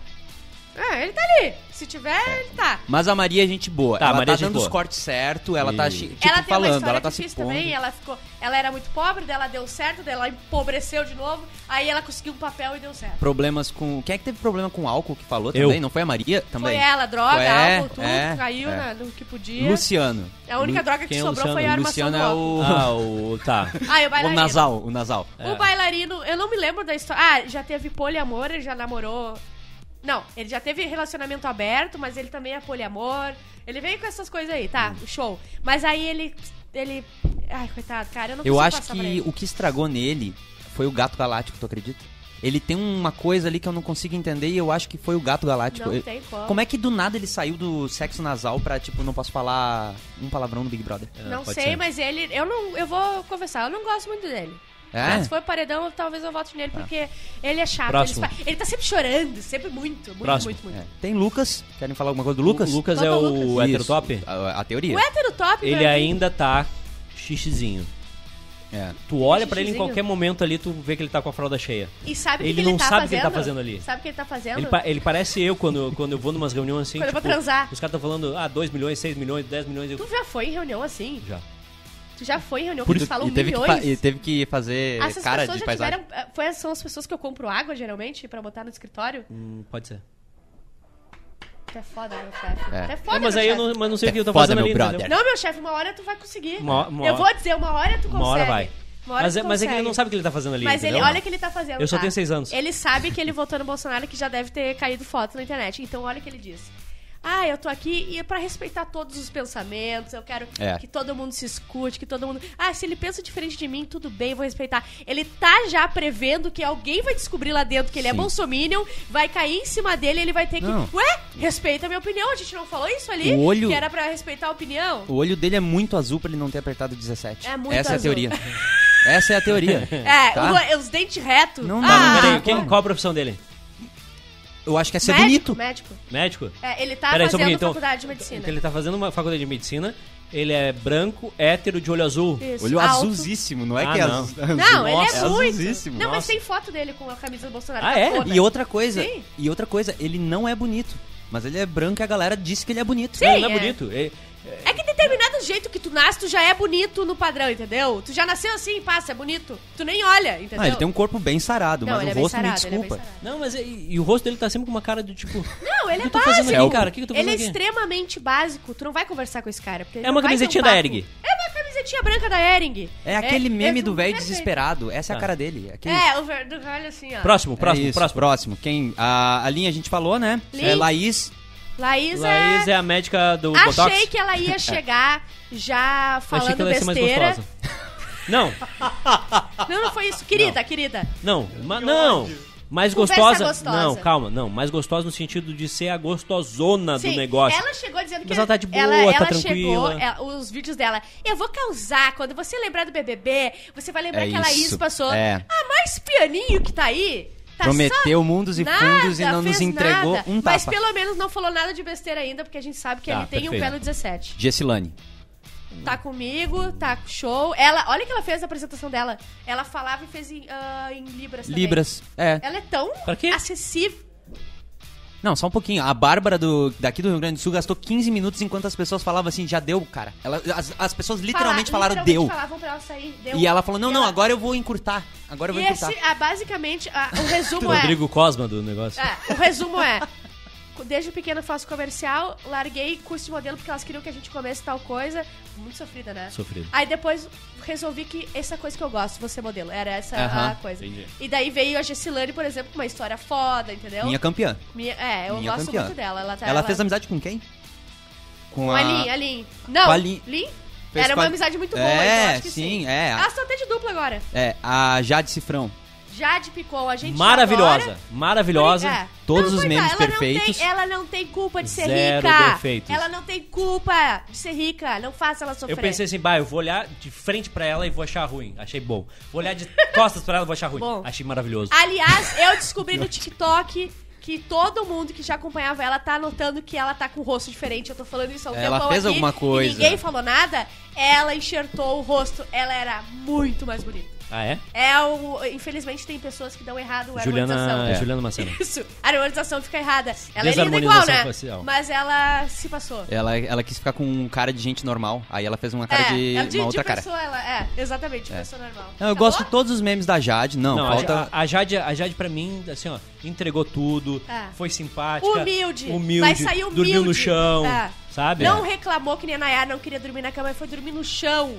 Speaker 2: É, ele tá ali. Se tiver,
Speaker 4: É.
Speaker 2: ele tá.
Speaker 4: Mas a Maria é gente boa.
Speaker 3: Tá, a
Speaker 4: ela
Speaker 3: Maria é
Speaker 4: tá
Speaker 3: gente
Speaker 4: dando os
Speaker 3: boa.
Speaker 4: cortes certo, ela tá
Speaker 3: E-
Speaker 4: chi- tipo
Speaker 2: ela tem uma
Speaker 4: falando,
Speaker 2: história
Speaker 4: ela tá se
Speaker 2: difícil
Speaker 4: expondo.
Speaker 2: também, ela ficou. Ela era muito pobre, dela deu certo, dela empobreceu de novo, aí ela conseguiu um papel e deu certo.
Speaker 4: Problemas com. Quem é que teve problema com álcool que falou
Speaker 3: Eu.
Speaker 4: também? Não foi a Maria também?
Speaker 2: Foi ela, droga,
Speaker 4: Foi,
Speaker 2: álcool, tudo,
Speaker 4: é,
Speaker 2: caiu
Speaker 4: é.
Speaker 2: na- no que podia.
Speaker 4: Luciano.
Speaker 2: a única droga que
Speaker 3: quem é o
Speaker 2: sobrou foi a
Speaker 3: Luciano?
Speaker 2: armação
Speaker 4: Luciano
Speaker 2: do
Speaker 4: é
Speaker 2: álcool.
Speaker 3: Ah,
Speaker 4: o.
Speaker 3: o. Tá.
Speaker 2: Ah, e o
Speaker 4: o
Speaker 2: bailarino.
Speaker 4: nasal, o É. nasal.
Speaker 2: O bailarino, eu não me lembro da história. Ah, já teve poliamor, ele já namorou. Não, ele já teve relacionamento aberto, mas ele também é poliamor. Ele veio com essas coisas aí, tá?
Speaker 4: Hum.
Speaker 2: Show. Mas aí ele. ele. Ai, coitado, cara, eu não
Speaker 4: Eu
Speaker 2: consigo
Speaker 4: acho
Speaker 2: passar pra ele.
Speaker 4: que o que estragou nele foi o gato galáctico, tu acredita? Ele tem uma coisa ali que eu não consigo entender e eu acho que foi o gato galáctico.
Speaker 2: Não
Speaker 4: Eu-
Speaker 2: tem como.
Speaker 4: Como é que do nada ele saiu do sexo nasal pra, tipo, não posso falar um palavrão no Big Brother?
Speaker 2: Não
Speaker 3: É, pode
Speaker 2: sei,
Speaker 3: ser.
Speaker 2: mas ele. Eu não. Eu vou confessar, eu não gosto muito dele.
Speaker 4: É?
Speaker 2: Mas se for paredão, talvez eu vote nele, porque ele é chato. Ele,
Speaker 3: Próximo.
Speaker 2: fa- ele tá sempre chorando, sempre muito, muito,
Speaker 3: Próximo.
Speaker 2: muito, muito.
Speaker 4: É. Tem Lucas. Querem falar alguma coisa do Lucas?
Speaker 3: O Lucas
Speaker 2: Qual
Speaker 3: é
Speaker 2: que é o
Speaker 3: o
Speaker 2: Lucas?
Speaker 3: heterotop?
Speaker 4: A, a teoria.
Speaker 2: O hétero top, pra
Speaker 3: É. Ele
Speaker 2: mim,
Speaker 3: ainda tá xixizinho.
Speaker 4: É.
Speaker 3: Tu olha pra ele em
Speaker 2: Xixizinho.
Speaker 3: qualquer momento ali, tu vê que ele tá com a fralda cheia.
Speaker 2: E sabe o que
Speaker 3: ele
Speaker 2: que
Speaker 3: não
Speaker 2: tá
Speaker 3: sabe o
Speaker 2: fazendo?
Speaker 3: que ele tá fazendo ali.
Speaker 2: Sabe o que ele tá fazendo?
Speaker 3: Ele, pa- ele parece eu quando, quando eu vou numas reuniões assim.
Speaker 2: Quando eu vou
Speaker 3: tipo,
Speaker 2: transar.
Speaker 3: Os caras estão falando, ah, 2 milhões, 6 milhões, 10 milhões. Eu...
Speaker 2: Tu já foi em reunião assim?
Speaker 3: Já.
Speaker 2: Tu já foi em reunião
Speaker 4: Por
Speaker 2: que tu
Speaker 4: isso-
Speaker 2: falou
Speaker 4: e, teve que
Speaker 2: milhões?
Speaker 4: fa- e teve que fazer
Speaker 2: Essas
Speaker 4: cara
Speaker 2: pessoas
Speaker 4: de
Speaker 2: já
Speaker 4: paisagem.
Speaker 2: tiveram. eh, Foi, são as pessoas que eu compro água, geralmente, pra botar no escritório.
Speaker 3: Hum, pode ser.
Speaker 2: Tu é foda, meu chefe.
Speaker 4: É.
Speaker 2: Tu é foda,
Speaker 3: Não, mas
Speaker 2: meu
Speaker 3: aí eu
Speaker 2: chefe.
Speaker 3: não, mas não sei o que eu tô
Speaker 4: Foda,
Speaker 3: fazendo
Speaker 4: meu
Speaker 3: ali,
Speaker 4: brother.
Speaker 3: entendeu?
Speaker 2: Não, meu chefe, uma hora tu vai conseguir.
Speaker 3: Uma- uma
Speaker 2: eu
Speaker 3: hora-
Speaker 2: vou dizer, uma hora tu consegue.
Speaker 3: Uma hora vai.
Speaker 2: Uma hora
Speaker 3: mas,
Speaker 2: tu
Speaker 3: é- mas é que ele
Speaker 2: consegue.
Speaker 3: não sabe o que ele tá fazendo ali.
Speaker 2: Mas ele,
Speaker 3: entendeu?
Speaker 2: olha o que ele tá fazendo.
Speaker 3: Eu só
Speaker 2: tá?
Speaker 3: tenho seis anos.
Speaker 2: Ele sabe que ele votou no Bolsonaro e que já deve ter caído foto na internet. Então olha o que ele diz. Ah, eu tô aqui e é pra respeitar todos os pensamentos, eu quero
Speaker 4: É.
Speaker 2: que todo mundo se escute, que todo mundo. Ah, se ele pensa diferente de mim, tudo bem, vou respeitar. Ele tá já prevendo que alguém vai descobrir lá dentro que ele é
Speaker 4: Sim.
Speaker 2: bolsominion, vai cair em cima dele e ele vai ter que.
Speaker 4: Não.
Speaker 2: Ué, respeita a minha opinião, a gente não falou isso ali?
Speaker 4: O olho-
Speaker 2: Que era pra respeitar a opinião?
Speaker 4: O olho dele é muito azul pra ele não ter apertado 17.
Speaker 2: É muito
Speaker 4: Essa é a
Speaker 2: azul.
Speaker 4: teoria. Essa é a teoria.
Speaker 2: É,
Speaker 4: tá?
Speaker 2: o- os dentes retos.
Speaker 4: Não dá,
Speaker 3: Tá,
Speaker 2: ah,
Speaker 3: mas peraí,
Speaker 4: Ah,
Speaker 3: quem-
Speaker 4: como?
Speaker 3: qual a profissão dele?
Speaker 4: Eu acho que é ser
Speaker 2: médico,
Speaker 4: bonito.
Speaker 2: médico.
Speaker 3: Médico?
Speaker 2: É, ele tá
Speaker 3: Peraí, só
Speaker 2: fazendo
Speaker 3: um pouquinho, então-
Speaker 2: faculdade de medicina.
Speaker 3: Então ele tá fazendo uma faculdade de medicina, ele é branco, hétero, de olho azul.
Speaker 2: Isso,
Speaker 4: Olho
Speaker 2: alto.
Speaker 4: azulzíssimo, não é
Speaker 3: Ah,
Speaker 4: que é
Speaker 3: não.
Speaker 4: azul.
Speaker 2: Não,
Speaker 4: azul. Nossa,
Speaker 2: ele é muito.
Speaker 4: azulzíssimo.
Speaker 2: Não, mas
Speaker 4: Nossa.
Speaker 2: tem foto dele com a camisa do Bolsonaro.
Speaker 3: Ah,
Speaker 2: tá
Speaker 3: é?
Speaker 2: toda.
Speaker 4: E outra coisa,
Speaker 2: Sim.
Speaker 4: e outra coisa, ele não é bonito. Mas ele é branco e a galera disse que ele é bonito.
Speaker 3: Não, ele não é,
Speaker 2: é.
Speaker 3: bonito. Ele-
Speaker 2: É que determinado jeito que tu nasce, tu já é bonito no padrão, entendeu? Tu já nasceu assim, passa, é bonito. Tu nem olha, entendeu?
Speaker 4: Ah, ele tem um corpo bem sarado,
Speaker 2: Não,
Speaker 4: mas
Speaker 2: ele
Speaker 4: o
Speaker 2: é bem
Speaker 4: rosto me
Speaker 2: sarado, ele é bem
Speaker 4: desculpa.
Speaker 2: sarado.
Speaker 3: Não, mas e, e o rosto dele tá sempre com uma cara de tipo.
Speaker 2: Não, ele
Speaker 3: que
Speaker 2: é
Speaker 3: eu tô fazendo
Speaker 2: básico.
Speaker 3: aqui, cara? O que que eu tô
Speaker 2: ele é
Speaker 3: fazendo aqui?
Speaker 2: extremamente básico. Tu não vai conversar com esse cara. Porque ele
Speaker 3: É uma
Speaker 2: não vai ter
Speaker 3: camisetinha
Speaker 2: um papo.
Speaker 3: da Hering.
Speaker 2: É uma camisetinha branca da Ering.
Speaker 4: é aquele meme
Speaker 2: é
Speaker 4: do
Speaker 2: um-
Speaker 4: velho
Speaker 2: perfeito.
Speaker 4: desesperado. Essa é
Speaker 3: Tá.
Speaker 4: a cara dele. Aquele...
Speaker 2: É, o ver- do velho assim, ó.
Speaker 3: Próximo, próximo,
Speaker 4: É isso,
Speaker 3: próximo.
Speaker 4: próximo. Quem, a, a linha a gente falou, né?
Speaker 2: Lin.
Speaker 4: É Laís.
Speaker 2: Laís, é...
Speaker 3: Laís é a médica do
Speaker 2: Achei
Speaker 3: Botox.
Speaker 2: que ela ia chegar já
Speaker 3: Achei que
Speaker 2: falando
Speaker 3: ela ia ser mais
Speaker 2: besteira.
Speaker 3: gostosa. Não,
Speaker 2: Não, não foi isso. Querida, querida.
Speaker 3: não, ma- não. Mais
Speaker 2: Conversa
Speaker 3: gostosa.
Speaker 2: gostosa.
Speaker 3: Não, calma, não. Mais gostosa no sentido de ser a gostosona do negócio.
Speaker 2: Ela chegou dizendo que
Speaker 3: Mas ela tá de boa,
Speaker 2: ela,
Speaker 3: tá
Speaker 2: ela chegou,
Speaker 3: tranquila.
Speaker 2: é, os vídeos dela. Eu vou causar, quando você lembrar do BBB, você vai lembrar
Speaker 4: É
Speaker 2: que a Laís
Speaker 4: isso,
Speaker 2: passou.
Speaker 4: é.
Speaker 2: Ah, mais pianinho que tá aí. Tá
Speaker 4: Prometeu
Speaker 2: só
Speaker 4: mundos e
Speaker 2: nada,
Speaker 4: fundos e não
Speaker 2: fez
Speaker 4: nos entregou
Speaker 2: nada.
Speaker 4: um
Speaker 2: Mas
Speaker 4: tapa.
Speaker 2: pelo menos não falou nada de besteira ainda, porque a gente sabe que
Speaker 3: Tá,
Speaker 2: ele tem um
Speaker 3: perfeito. Hum.
Speaker 2: pé no 17.
Speaker 4: Gessilane.
Speaker 2: Tá comigo, tá show. Ela, olha o que ela fez na apresentação dela. Ela falava e fez em, ah, em Libras também.
Speaker 4: Libras. É.
Speaker 2: Ela é tão
Speaker 3: Pra quê?
Speaker 2: acessível.
Speaker 4: Não, só um pouquinho. A Bárbara do, daqui do Rio Grande do Sul gastou 15 minutos enquanto as pessoas falavam assim, já deu, cara. Ela- as, as pessoas literalmente
Speaker 2: Fala-
Speaker 4: falaram
Speaker 2: literalmente
Speaker 4: deu.
Speaker 2: falavam pra ela sair, deu.
Speaker 4: E ela falou, não,
Speaker 2: E
Speaker 4: não,
Speaker 2: ela-
Speaker 4: agora eu vou encurtar. Agora eu
Speaker 2: E
Speaker 4: vou
Speaker 2: esse,
Speaker 4: encurtar.
Speaker 2: ah, basicamente, ah, o resumo é,
Speaker 3: Rodrigo Cosma do negócio.
Speaker 2: é, O resumo é. co- Desde pequena eu faço comercial, larguei curso de modelo porque elas queriam que a gente comesse tal coisa. Muito sofrida, né?
Speaker 3: Sofrido.
Speaker 2: Aí depois resolvi que essa coisa que eu gosto, você modelo. Era essa
Speaker 4: Aham,
Speaker 2: a coisa.
Speaker 3: entendi.
Speaker 2: E daí veio a Gessilane, por exemplo, com uma história foda, entendeu?
Speaker 4: Minha campeã.
Speaker 2: Minha- é, eu
Speaker 4: minha
Speaker 2: gosto
Speaker 4: campeã.
Speaker 2: muito dela. Ela, tá,
Speaker 4: Ela fez amizade com quem? Com
Speaker 2: com a Lin, a Lin. Não,
Speaker 4: com a Lin.
Speaker 2: Lin?
Speaker 4: Fez
Speaker 2: Era
Speaker 4: com
Speaker 2: uma
Speaker 4: a-
Speaker 2: amizade muito boa, então
Speaker 4: É,
Speaker 2: acho que sim.
Speaker 4: sim, é. A,
Speaker 2: Elas estão até de dupla agora.
Speaker 4: é. A Jade Cifrão.
Speaker 2: Jade Picou, a gente
Speaker 3: Maravilhosa,
Speaker 2: adora.
Speaker 3: maravilhosa.
Speaker 2: É.
Speaker 4: Todos os
Speaker 2: coitada,
Speaker 4: memes
Speaker 2: ela
Speaker 4: perfeitos.
Speaker 2: Não tem, ela não tem culpa de ser
Speaker 3: Zero
Speaker 2: rica.
Speaker 3: defeitos.
Speaker 2: Ela não tem culpa de ser rica. Não faça ela sofrer.
Speaker 3: Eu pensei assim, bah, eu vou olhar de frente pra ela e vou achar ruim. Achei bom. Vou olhar de costas pra ela e vou achar ruim.
Speaker 2: Bom.
Speaker 3: Achei maravilhoso.
Speaker 2: Aliás, eu descobri no TikTok que todo mundo que já acompanhava ela tá notando que ela tá com o rosto diferente. Eu tô falando isso há um
Speaker 4: Ela
Speaker 2: tempão
Speaker 4: fez
Speaker 2: aqui,
Speaker 4: alguma
Speaker 2: e
Speaker 4: coisa.
Speaker 2: ninguém falou nada. Ela enxertou o rosto. Ela era muito mais bonita.
Speaker 3: Ah, é?
Speaker 2: É o... Infelizmente tem pessoas que dão errado a harmonização.
Speaker 3: Juliana,
Speaker 4: É. assim,
Speaker 3: Juliana Macena.
Speaker 2: Isso, a harmonização fica errada. Ela é linda igual, né?
Speaker 3: Desarmonização facial.
Speaker 2: Mas ela se passou.
Speaker 4: Ela, ela quis ficar com um cara de gente normal. Aí ela fez É, uma cara
Speaker 2: é,
Speaker 4: de,
Speaker 2: é
Speaker 4: uma outra cara.
Speaker 2: pessoa, ela é, exatamente, de pessoa normal.
Speaker 4: Não, eu
Speaker 2: Tá
Speaker 4: gosto de
Speaker 2: bom?
Speaker 4: todos os memes da Jade. Não,
Speaker 3: Não,
Speaker 4: falta.
Speaker 3: a, a Jade, a Jade pra mim, assim, ó, entregou tudo,
Speaker 2: É.
Speaker 3: foi simpática.
Speaker 2: Humilde.
Speaker 3: Humilde.
Speaker 2: Vai sair humilde.
Speaker 3: Dormiu no chão,
Speaker 2: É.
Speaker 3: sabe?
Speaker 2: Não reclamou que nem a Nayar não queria dormir na cama e foi dormir no chão.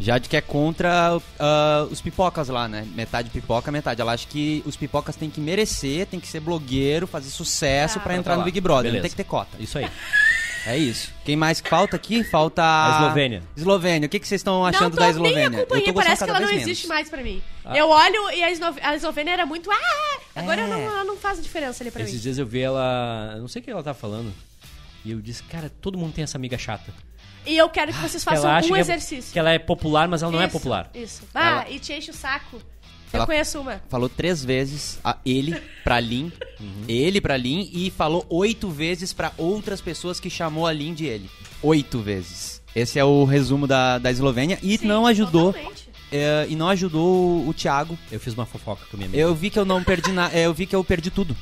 Speaker 4: Jade que é contra ah, os pipocas lá, né? Metade pipoca, metade. Ela acha que os pipocas têm que merecer, tem que ser blogueiro, fazer sucesso
Speaker 2: Ah.
Speaker 4: pra
Speaker 3: Então
Speaker 4: entrar
Speaker 3: tá
Speaker 4: no
Speaker 3: lá.
Speaker 4: Big Brother.
Speaker 3: Beleza.
Speaker 4: Não tem que ter cota.
Speaker 3: Isso aí.
Speaker 4: É isso. Quem mais que falta aqui? Falta. A
Speaker 3: Eslovênia.
Speaker 4: Eslovênia. O que, que vocês estão achando
Speaker 2: não tô
Speaker 4: da
Speaker 2: nem
Speaker 4: Eslovênia?
Speaker 2: acompanhei, parece que ela não
Speaker 4: vez
Speaker 2: existe
Speaker 4: menos. Ah.
Speaker 2: mais pra mim. Eu olho e a, Esno... a Eslovênia era muito... Ah, agora
Speaker 4: É.
Speaker 2: eu não, ela não faz diferença ali pra
Speaker 3: Esses
Speaker 2: mim.
Speaker 3: dias eu vi ela. Eu não sei o que ela tá falando. E eu disse, cara, todo mundo tem essa amiga chata.
Speaker 2: E eu quero
Speaker 4: Ah,
Speaker 2: que vocês
Speaker 3: Que
Speaker 2: façam
Speaker 3: acha
Speaker 2: um
Speaker 3: que é-
Speaker 2: exercício.
Speaker 3: que ela é popular, mas ela não é
Speaker 2: Isso,
Speaker 3: popular.
Speaker 2: Isso. Ah,
Speaker 4: Ela-
Speaker 2: e te enche o saco. Eu
Speaker 4: Ela-
Speaker 2: conheço uma.
Speaker 4: Falou três vezes a ele pra Lin,
Speaker 3: Uhum.
Speaker 4: ele pra Lin, e falou oito vezes pra outras pessoas que chamou a Lin de ele. Oito vezes. Esse é o resumo da, da Eslovênia e
Speaker 2: Sim,
Speaker 4: não ajudou.
Speaker 2: totalmente.
Speaker 4: é, e não ajudou o, o Thiago.
Speaker 3: Eu fiz uma fofoca com a minha amiga.
Speaker 4: Eu vi que eu não perdi na, é, eu vi que eu perdi tudo.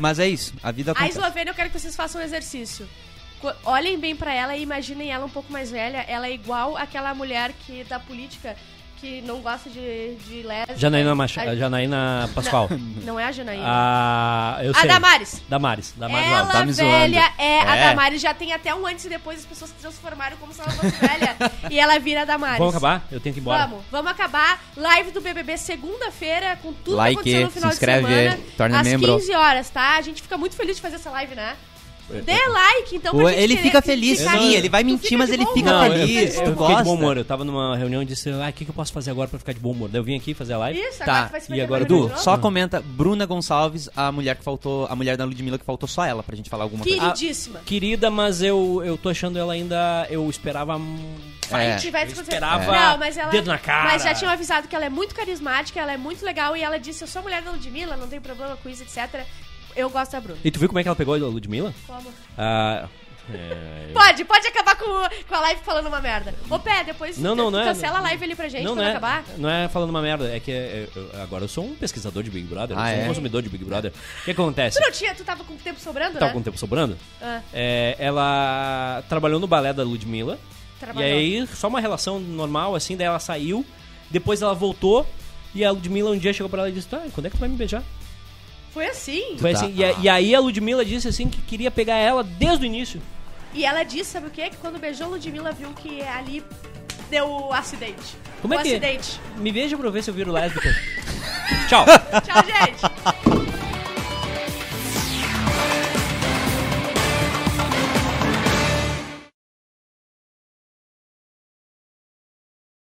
Speaker 4: Mas é isso, a
Speaker 2: A
Speaker 4: vida acontece.
Speaker 2: Eslovênia, eu quero que vocês façam um exercício. Co- Olhem bem pra ela e imaginem ela um pouco mais velha. Ela é igual aquela mulher que da política que não gosta de, de lésbica.
Speaker 3: Janaína,
Speaker 2: A-
Speaker 3: Mach... eh, Janaína Pascoal.
Speaker 2: Não é a Janaína.
Speaker 3: A... Ah, Eu
Speaker 2: a
Speaker 3: sei.
Speaker 2: Damares.
Speaker 3: Damares. Damares
Speaker 2: Ela
Speaker 3: Alves.
Speaker 4: tá me
Speaker 2: velha é a
Speaker 4: É.
Speaker 2: Damares. Já tem até um antes e depois as pessoas se transformaram como se ela fosse velha. e ela vira a Damares.
Speaker 3: Vamos acabar? Eu tenho que ir embora.
Speaker 2: Vamos, vamos acabar. Live do BBB segunda-feira, com tudo
Speaker 4: Like,
Speaker 2: que aconteceu no final
Speaker 4: se inscreve,
Speaker 2: de semana.
Speaker 4: torna
Speaker 2: às
Speaker 4: membro.
Speaker 2: 15 horas, tá? A gente fica muito feliz de fazer essa live, né?
Speaker 3: É,
Speaker 2: Dê like, então,
Speaker 4: Pô,
Speaker 2: pra gente
Speaker 4: ele
Speaker 2: querer
Speaker 4: fica feliz,
Speaker 2: ficar-
Speaker 4: sim, ele vai
Speaker 2: Tu
Speaker 4: mentir,
Speaker 2: fica
Speaker 4: mas
Speaker 2: de
Speaker 4: ele
Speaker 2: bom
Speaker 4: fica
Speaker 2: humor,
Speaker 3: Não,
Speaker 2: tu
Speaker 3: eu,
Speaker 4: feliz,
Speaker 2: fica de
Speaker 3: eu
Speaker 2: bom
Speaker 3: fiquei
Speaker 4: tu
Speaker 2: humor.
Speaker 3: de
Speaker 4: gosta.
Speaker 3: bom humor. Eu tava numa reunião e disse, ah, o que, que eu posso fazer agora pra ficar de bom humor? Daí eu vim aqui fazer a live.
Speaker 2: Isso, agora
Speaker 4: Tá,
Speaker 2: tu vai se
Speaker 3: e agora,
Speaker 2: meter no
Speaker 4: Edu,
Speaker 2: jogo.
Speaker 4: só comenta Bruna Gonçalves, a mulher que faltou, a mulher da Ludmilla que faltou só ela pra gente falar alguma coisa.
Speaker 2: Queridíssima.
Speaker 3: Querida, mas eu, eu tô achando ela ainda... Eu esperava... um
Speaker 2: Se
Speaker 4: É.
Speaker 2: tivesse
Speaker 3: Eu
Speaker 2: acontecido-
Speaker 3: esperava
Speaker 2: Não, mas ela,
Speaker 3: dedo na cara.
Speaker 2: Mas já tinham avisado que ela é muito carismática, ela é muito legal e ela disse: Eu sou mulher da Ludmilla, não tem problema com isso, etc. Eu gosto da Bruna.
Speaker 3: E tu viu como é que ela pegou a Ludmilla?
Speaker 2: Como?
Speaker 3: Ah,
Speaker 2: Pode, pode acabar com, com a live falando uma merda. Ô, Pé, depois
Speaker 3: Não, não, não é-
Speaker 2: cancela a live ali pra gente
Speaker 3: não,
Speaker 2: quando
Speaker 3: não é,
Speaker 2: acabar.
Speaker 3: não é falando uma merda. É que é, eu- agora eu sou um pesquisador de Big Brother.
Speaker 4: Ah,
Speaker 3: eu sou
Speaker 4: é?
Speaker 3: um consumidor de Big Brother. O que acontece?
Speaker 2: Tu não tinha, tu tava com tempo sobrando,
Speaker 3: Tava
Speaker 2: né?
Speaker 3: com o tempo sobrando?
Speaker 2: Ah.
Speaker 3: É, ela trabalhou no balé da Ludmilla.
Speaker 2: Trabalhou.
Speaker 3: E aí, só uma relação normal, assim, daí ela saiu, depois ela voltou, e a Ludmilla um dia chegou pra ela e disse, tá, quando é que tu vai me beijar?
Speaker 2: Foi assim.
Speaker 3: Foi
Speaker 4: tá-
Speaker 3: assim, e, a- e aí a Ludmilla disse assim que queria pegar ela desde o início.
Speaker 2: E ela disse, sabe o quê? Que quando beijou a Ludmilla, viu que ali deu o acidente.
Speaker 3: Como
Speaker 2: o
Speaker 3: é que-
Speaker 2: acidente.
Speaker 3: Me veja pra eu ver se eu viro lésbica. Tchau!
Speaker 2: Tchau, gente.